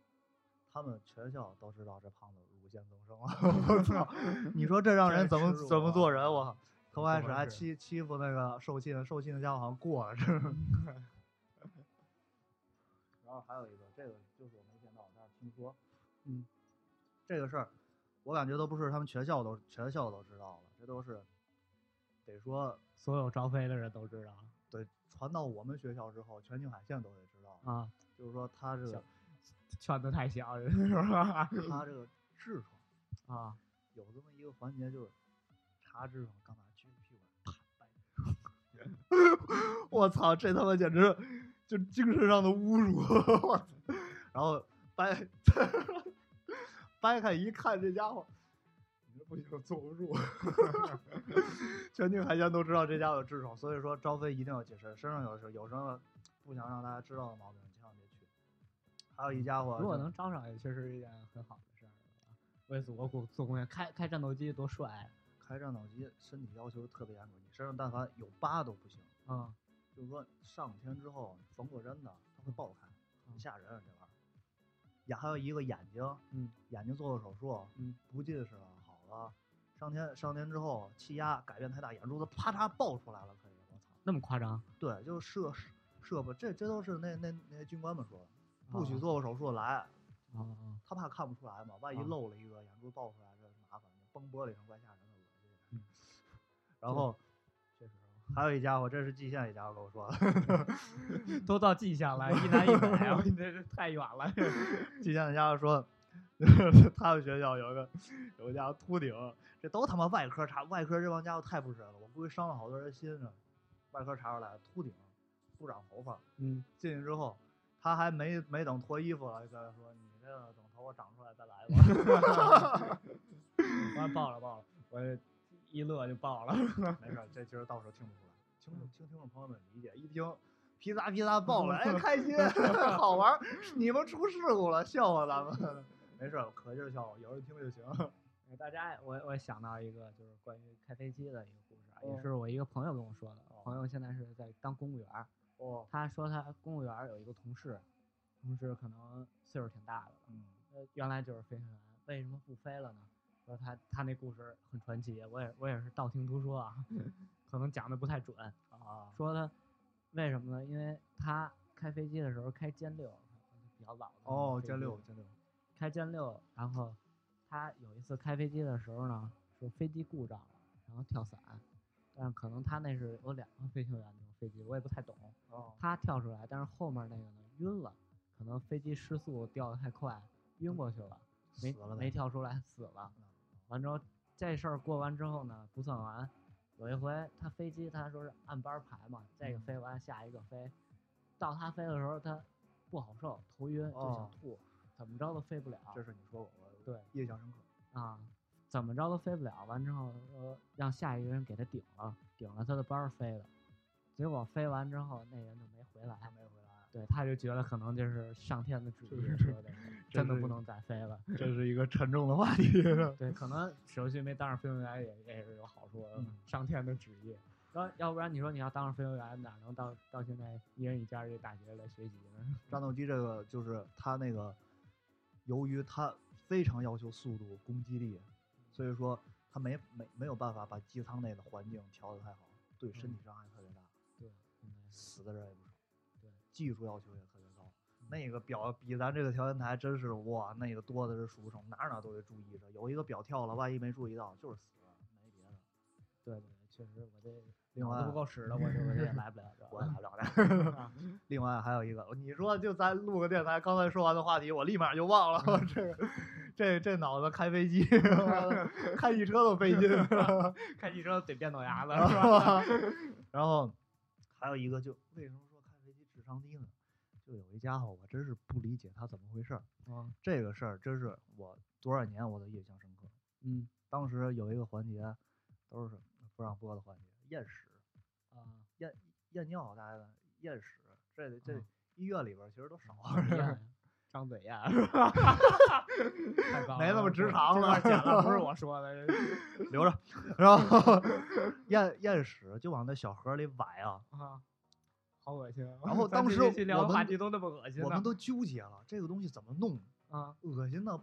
B: 他们全校都知道这胖子乳腺增生了。 [LAUGHS] 我
A: [LAUGHS]
B: 操！你说这让
A: 这
B: 人怎么
A: 耻辱
B: 怎么
A: 啊
B: 做人？我靠！头
A: 不
B: 开始
A: 合
B: 还
A: 适
B: 欺欺负那个受气的受气那家伙，好像过了似的。
A: 嗯
B: [LAUGHS] 然后还有一个，这个就是我没见到，但是听说，
A: 嗯，
B: 这个事儿，我感觉都不是他们全校都全校都知道了，这都是得说
A: 所有招飞的人都知道
B: 对传到我们学校之后，全青海县都得知道了。
A: 啊，
B: 就是说他这个
A: 小圈子太小，人是
B: [LAUGHS]
A: 吧？
B: 他这个
A: [LAUGHS]
B: 痔疮
A: 啊，
B: 有这么一个环节，就是查痔疮干嘛撅屁股啪掰。 [LAUGHS] 我操，这他妈简直就精神上的侮辱！我操，然后掰掰开一看，这家伙，你这不行，坐不住。 [LAUGHS] 全青海鲜都知道这家伙有痔疮，所以说招飞一定要谨慎，身上有事有什么不想让大家知道的毛病，千万别去。还有一家伙，
A: 如果能招上，也确实是一件很好的事儿，为祖国做贡献。开开战斗机多帅
B: 开战斗机身体要求特别严格，你身上但凡有疤都不行。
A: 啊！
B: 就是说上五天之后缝过针的，它会爆开，很
A: 嗯
B: 吓人啊这玩意儿。也还有一个眼睛，
A: 嗯，
B: 眼睛做过手术，
A: 嗯，
B: 不近视了，好了。上天上天之后气压改变太大，眼珠子啪嚓爆出来了，可以，我操！
A: 那么夸张？ [LAUGHS]
B: 对，就是射射吧，这这都是那那那些军官们说的，不许
A: 啊
B: 做过手术来，
A: 啊啊！
B: 他怕看不出来嘛，万一
A: 啊
B: 漏了一个，眼珠爆出来，这麻烦，崩玻璃上怪吓人的，恶心。
A: 嗯
B: 然后啊还有一家伙，这是蓟县一家伙跟我说的， [LAUGHS]
A: 都到蓟县了，一南一北啊，你这这太远了。 [LAUGHS]
B: 蓟县的家伙说， [LAUGHS] 他们学校有一个有个家伙秃顶，这都他妈外科查，外科这帮家伙太不是人了，我估计伤了好多人心呢。外科查出来秃顶，不长头发，
A: 嗯，
B: 进去之后，他还没没等脱衣服了，就跟他说：“你这个等头发长出来再来吧。 [LAUGHS]
A: 完爆了爆了，我这一乐就爆了。”
B: 没事儿，这其实到时候听不出来，听众听听众朋友们理解，一听。皮萨皮萨爆了，哎，开心， [LAUGHS] 好玩儿！你们出事故了，笑话咱们。 [LAUGHS] 没事儿，可劲儿笑话，有人听就行。
A: [LAUGHS] 大家，我我想到一个就是关于开飞机的一个故事啊，
B: 哦
A: 也是我一个朋友跟我说的。
B: 哦
A: 朋友现在是在当公务员儿，
B: 哦，
A: 他说他公务员儿有一个同事，同事可能岁数挺大的了，
B: 嗯，
A: 呃，原来就是飞行员，为什么不飞了呢？说他他那故事很传奇，我也我也是道听途说啊，
B: 嗯
A: [LAUGHS] 可能讲的不太准。
B: 啊，
A: 说他为什么呢？因为他开飞机的时候开歼六，比较老的那种
B: 哦，
A: 飞
B: 歼
A: 机
B: 六，歼六，
A: 开歼六，然后他有一次开飞机的时候呢，是飞机故障了，然后跳伞，但是可能他那是有两个飞行员那种飞机，我也不太懂。
B: 哦，
A: 他跳出来，但是后面那个呢晕了，可能飞机失速掉的太快，晕过去了，没
B: 死了呗嗯
A: 没跳出来，死了。完之后这事儿过完之后呢，不算完，有一回他飞机他说是按班儿排嘛，这
B: 嗯
A: 个飞完下一个飞，到他飞的时候他不好受，头晕就
B: 哦
A: 想吐，怎么着都飞不了。
B: 这是你说过，我
A: 对
B: 印象深刻。 [LAUGHS]
A: 啊，怎么着都飞不了。完之后说让下一个人给他顶了，顶了他的班儿飞了。结果飞完之后，那人就没回来，没回来。对，他就觉得可能就是上天的旨意说的，真的
B: 是
A: 不能再飞了。
B: 这是一个沉重的话题。 [LAUGHS]
A: 对，可能手续没当上飞行员也也是有好处的，
B: 嗯
A: 上天的旨意。要要不然你说你要当上飞行员，哪能到到现在一人一家这大学来学习呢？ [LAUGHS]
B: 战斗机这个就是它那个，由于它非常要求速度、攻击力，所以说它没没没有办法把机舱内的环境调得太好，对身体伤害特别大，
A: 嗯对，应该是
B: 死的人也不少。
A: 对，嗯
B: 技术要求也特别高。那个表比咱这个调音台真是哇，那个多的是数不胜，哪儿哪儿都得注意着。有一个表跳了，万一没注意到，就是死，没别的。
A: 对对，对确实我这
B: 另
A: 脑子
B: 外
A: 不够使了，我这我这也来不了这
B: 我来不了的。另外还有一个，你说就咱录个电台，刚才说完的话题，我立马就忘了。我 [LAUGHS] 这这这脑子开飞机， [LAUGHS] 开汽车都费劲。
A: [LAUGHS] 开汽车怼电脑牙子
B: 然
A: 是吧？
B: 后 [LAUGHS] 然后还有一个就，为什么说开飞机智商低呢？就有一家伙，我真是不理解他怎么回事儿。
A: 嗯
B: 这个事儿真是我多少年我都印象深刻。
A: [LAUGHS] [LAUGHS] 嗯
B: 当时有一个环节，都是什么不让播的环节，验屎、
A: 啊，
B: 验验尿，大家验屎，这得这
A: 嗯
B: 医院里边儿其实都少，
A: 验 [LAUGHS] 张嘴 [LAUGHS] 呀，太棒了
B: 没那么直
A: 这
B: 肠
A: 这
B: 了
A: 段剪了，不是我说的，
B: [LAUGHS]
A: [LAUGHS]
B: 留着。然后验验屎就往那小盒里崴啊，
A: 啊，好恶心啊。
B: 然后
A: 咱
B: 当
A: 这
B: 时
A: 这期聊
B: 我
A: 的话
B: 们
A: 题都那么恶心
B: 我
A: 呢
B: 们都纠结了，这个东西怎么弄？
A: 啊，
B: 恶心的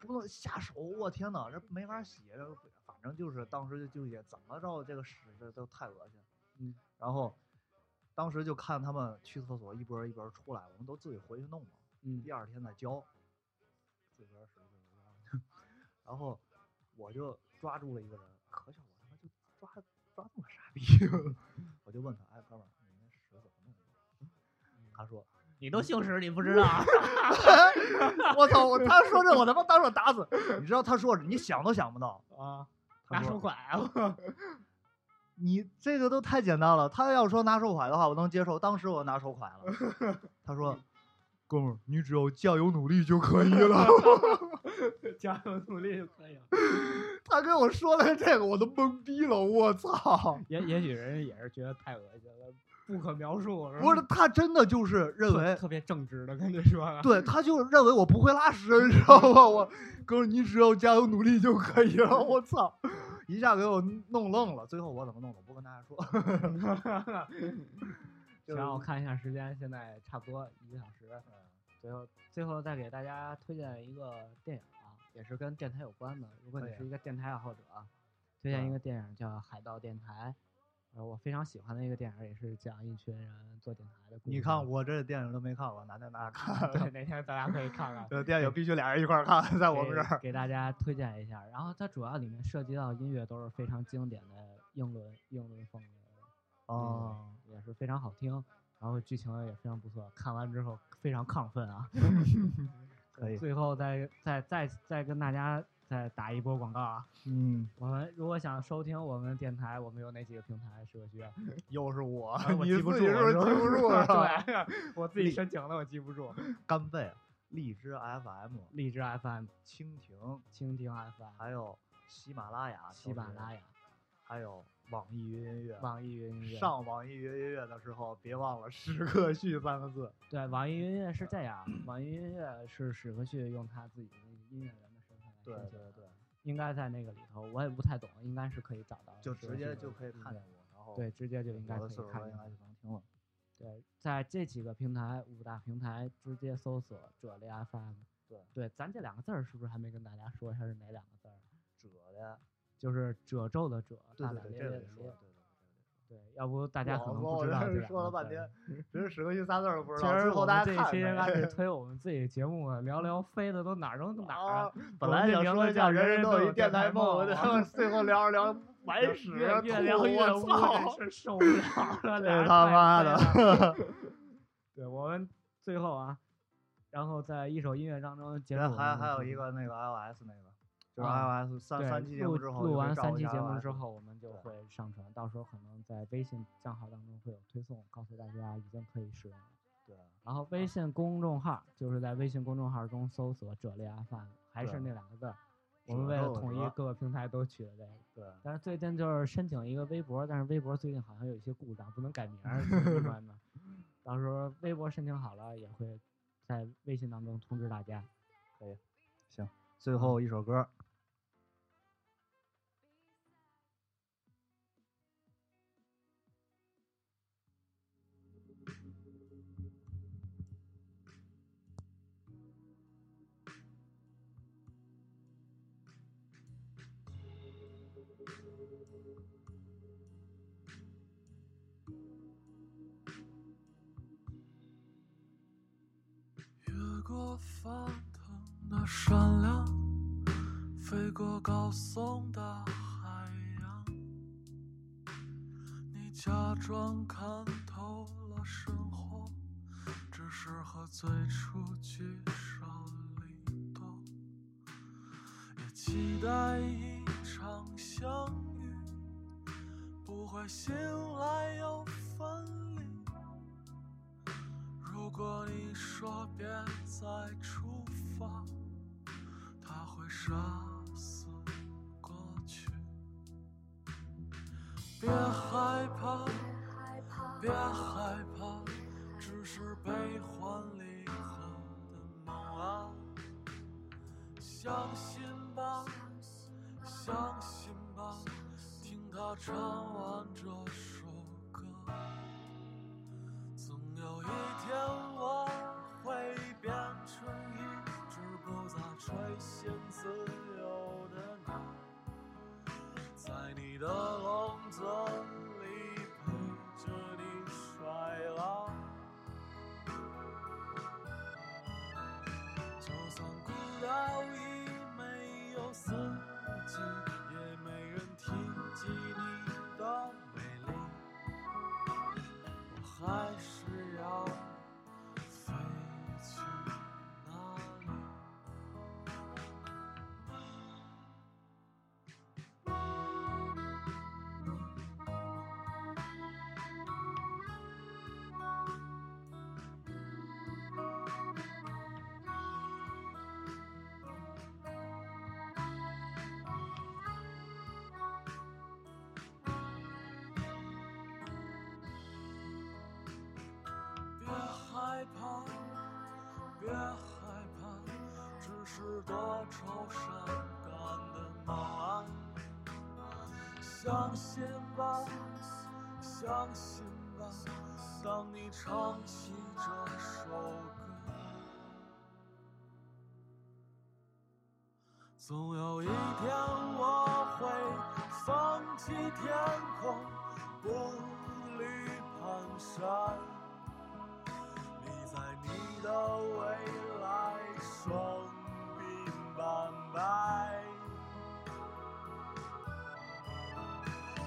B: 不能下手，我天哪，这没法洗，这反正就是当时就纠结怎么着这个屎这都太恶心，
A: 嗯，
B: 然后当时就看他们去厕所一波一波出来，我们都自己回去弄了，
A: 嗯
B: 第二天再交，自个儿屎自个儿拉 [LAUGHS] 然后我就抓住了一个人，可巧我他妈就抓抓住个傻逼， [LAUGHS] 我就问他，哎哥们儿，你那屎怎么弄的？
A: 嗯
B: 他说。
A: 你都姓史，你不知 [LAUGHS] 道啊？
B: [LAUGHS] 我操！我他说这我他妈当场打死。你知道他说你想都想不到，
A: 啊，
B: 他
A: 拿手 [LAUGHS]
B: 说
A: 拐啊！
B: 你这个都太简单了。他要说拿手款的话，我能接受。当时我拿手款了。
A: [LAUGHS]
B: 他说：“
A: 嗯
B: 哥们儿，你只要加油努力就可
A: [LAUGHS]
B: 以了。
A: 加油努力就可以了。”
B: 他跟我说了这个，我都懵逼了。我操！
A: [LAUGHS] 也也许人家也是觉得太恶心了，不可描述。
B: 不是，他真的就是认
A: 特
B: 为，
A: 特别正直的跟你说啊，
B: 对，他就认为我不会拉屎，你知道吗？我哥们儿，你只要加油努力就可以了。我操！
A: 嗯
B: 一下给我弄愣了。最后我怎么弄的？不跟大家说。
A: 行，
B: 就是
A: 我看一下时间，现在差不多一个小时。最后，最后再给大家推荐一个电影啊，也是跟电台有关的。如果
B: 可
A: 你
B: 以
A: 是一个电台爱好者啊，推荐一
B: 嗯
A: 个电影叫《海盗电台》，呃，我非常喜欢的一个电影，也是讲一群人做电台的故事。
B: 你看，我这电影都没看过，哪天大家看？
A: [LAUGHS]
B: 哎
A: 对，哪天大家可以看看。
B: 这电影必须俩人一块儿看，在我
A: 给
B: 们这儿。
A: 给大家推荐一下。然后它主要里面涉及到音乐都是非常经典的英伦英伦风格，
B: 哦，
A: 也是非常好听，然后剧情也非常不错。看完之后非常亢奋啊！
B: 可嗯
A: [LAUGHS]
B: 以。
A: 最后再再再再跟大家再打一波广告啊！
B: 嗯，
A: 我们如果想收听我们电台，我们有哪几个平台适合需
B: [LAUGHS]
A: 要？呃
B: 又是啊我， [LAUGHS]
A: 我
B: 你
A: 记不
B: 自
A: 住
B: 己是
A: 我
B: 不是记
A: [LAUGHS]
B: 不住了？
A: 对，我自己
B: 你
A: 申请的，我记不住。
B: 干贝、荔枝 FM、
A: 荔枝 FM、
B: 蜻蜓，
A: 蜻蜓 FM、
B: 还有喜马拉雅、
A: 喜马拉
B: 雅，
A: 雅、
B: 还有网易云音乐。
A: 网易云音乐。
B: 上网易云音乐的时候，别忘了“时刻续”三个字。
A: 对，网易云音乐是这样，网易云音乐是史可旭用他自己的音乐人的身份来
B: 对
A: 申请
B: 对
A: 的
B: 对，
A: 应该在那个里头，我也不太懂，应该是可以找到史
B: 就
A: 可旭的
B: 直
A: 音乐，
B: 接就可以看见我，然后
A: 对，直接就应该可
B: 我的
A: 以
B: 岁数
A: 看
B: 应
A: 见
B: 该
A: 了
B: 就。能听了。
A: 对，在这几个平台，五大平台直接搜索“哲类 FM”。
B: 对
A: 对，咱这两个字儿是不是还没跟大家说一下是哪两个字儿？啊
B: 褶的，
A: 就是褶皱的褶，
B: 啊对
A: 大大
B: 对对，
A: 咧
B: 这
A: 咧
B: 个
A: 的
B: 得说，对
A: 咧。
B: 对对。
A: 对，要不大家可能不
B: 我
A: 知
B: 操
A: 道
B: 我
A: 这
B: 这
A: 两
B: 说
A: 个
B: 了半
A: 字儿啊
B: 天。只是史可旭仨字儿都不知
A: 其
B: 道，
A: 实
B: 最
A: 我
B: 后
A: 们
B: 大
A: 这
B: 家
A: 一
B: 看哎
A: 期应该
B: 呗 [LAUGHS]
A: 是推我们自己节目啊，聊聊飞的都哪儿都哪儿啊
B: 啊。本来想说叫人人有一电台梦，然后最后聊着
A: [LAUGHS]
B: 聊着完屎，
A: 越越聊
B: 吐
A: 越
B: 我
A: 污，
B: 操！
A: 真是受不
B: [LAUGHS]
A: 了了，俩
B: 这
A: 人
B: 他
A: 太
B: 妈
A: 黑
B: 的 [LAUGHS]
A: 了！对我们最后啊，然后在一首音乐当中结束我
B: 然
A: 们
B: 后
A: 的节目。
B: 还还有一个那个 iOS 那个，就是
A: 啊
B: iOS 三
A: 对
B: 三期节目
A: 录
B: 之后，
A: 录
B: 就可以
A: 完
B: 照
A: 三
B: 一
A: 期
B: 下
A: 节目
B: iOS
A: 之，后，我们就
B: 对
A: 会上传，到时候可能在微信账号当中会有推送，告诉大家已经可以使用了。
B: 对，
A: 然后
B: 啊
A: 微信公众号就是在微信公众号中搜索“者类 FM”，还是
B: 对
A: 那两个字儿。我
B: 褶
A: 们为了
B: 皱的
A: 统一
B: 褶
A: 各个平台都取了这个。
B: 对，
A: 但是最近就是申请一个微博，但是微博最近好像有一些故障，不能改名儿，怎么办呢？ [LAUGHS] 到时候微博申请好了，也会在微信当中通知大家。
B: 行，最后一首歌，
F: 越过翻腾的山梁，飞过高耸的海洋，假装看透了生活，只是和最初聚少离多。也期待一场相遇，不会醒来又分离。如果你说别再出发，他会杀死过去。别害怕，别害怕，只是悲欢离合的梦啊！相信吧，相信吧，听他唱完这首歌。总有一天我会变成一只不再垂涎自由的鸟。在你的笼子里陪着你衰老。就算孤岛已没有四季，也没人提及你的美丽，我还是要飞去哪里？别害怕，别害怕，只是多愁善感的脑啊！相信吧，相信吧，当你唱起这首歌，总有一天我会放弃天空，步履蹒跚。你在你的未来双鬓斑白，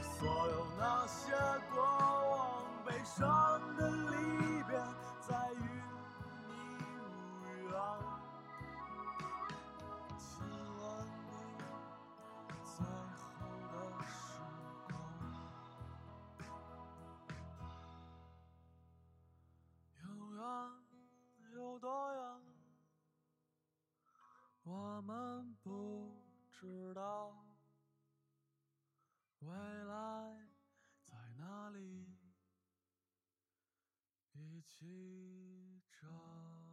F: 所有那些过往悲伤的离别，再与你无缘。亲吻你最后的时光。有远有多远，我们不知道。未来在哪里？一起找。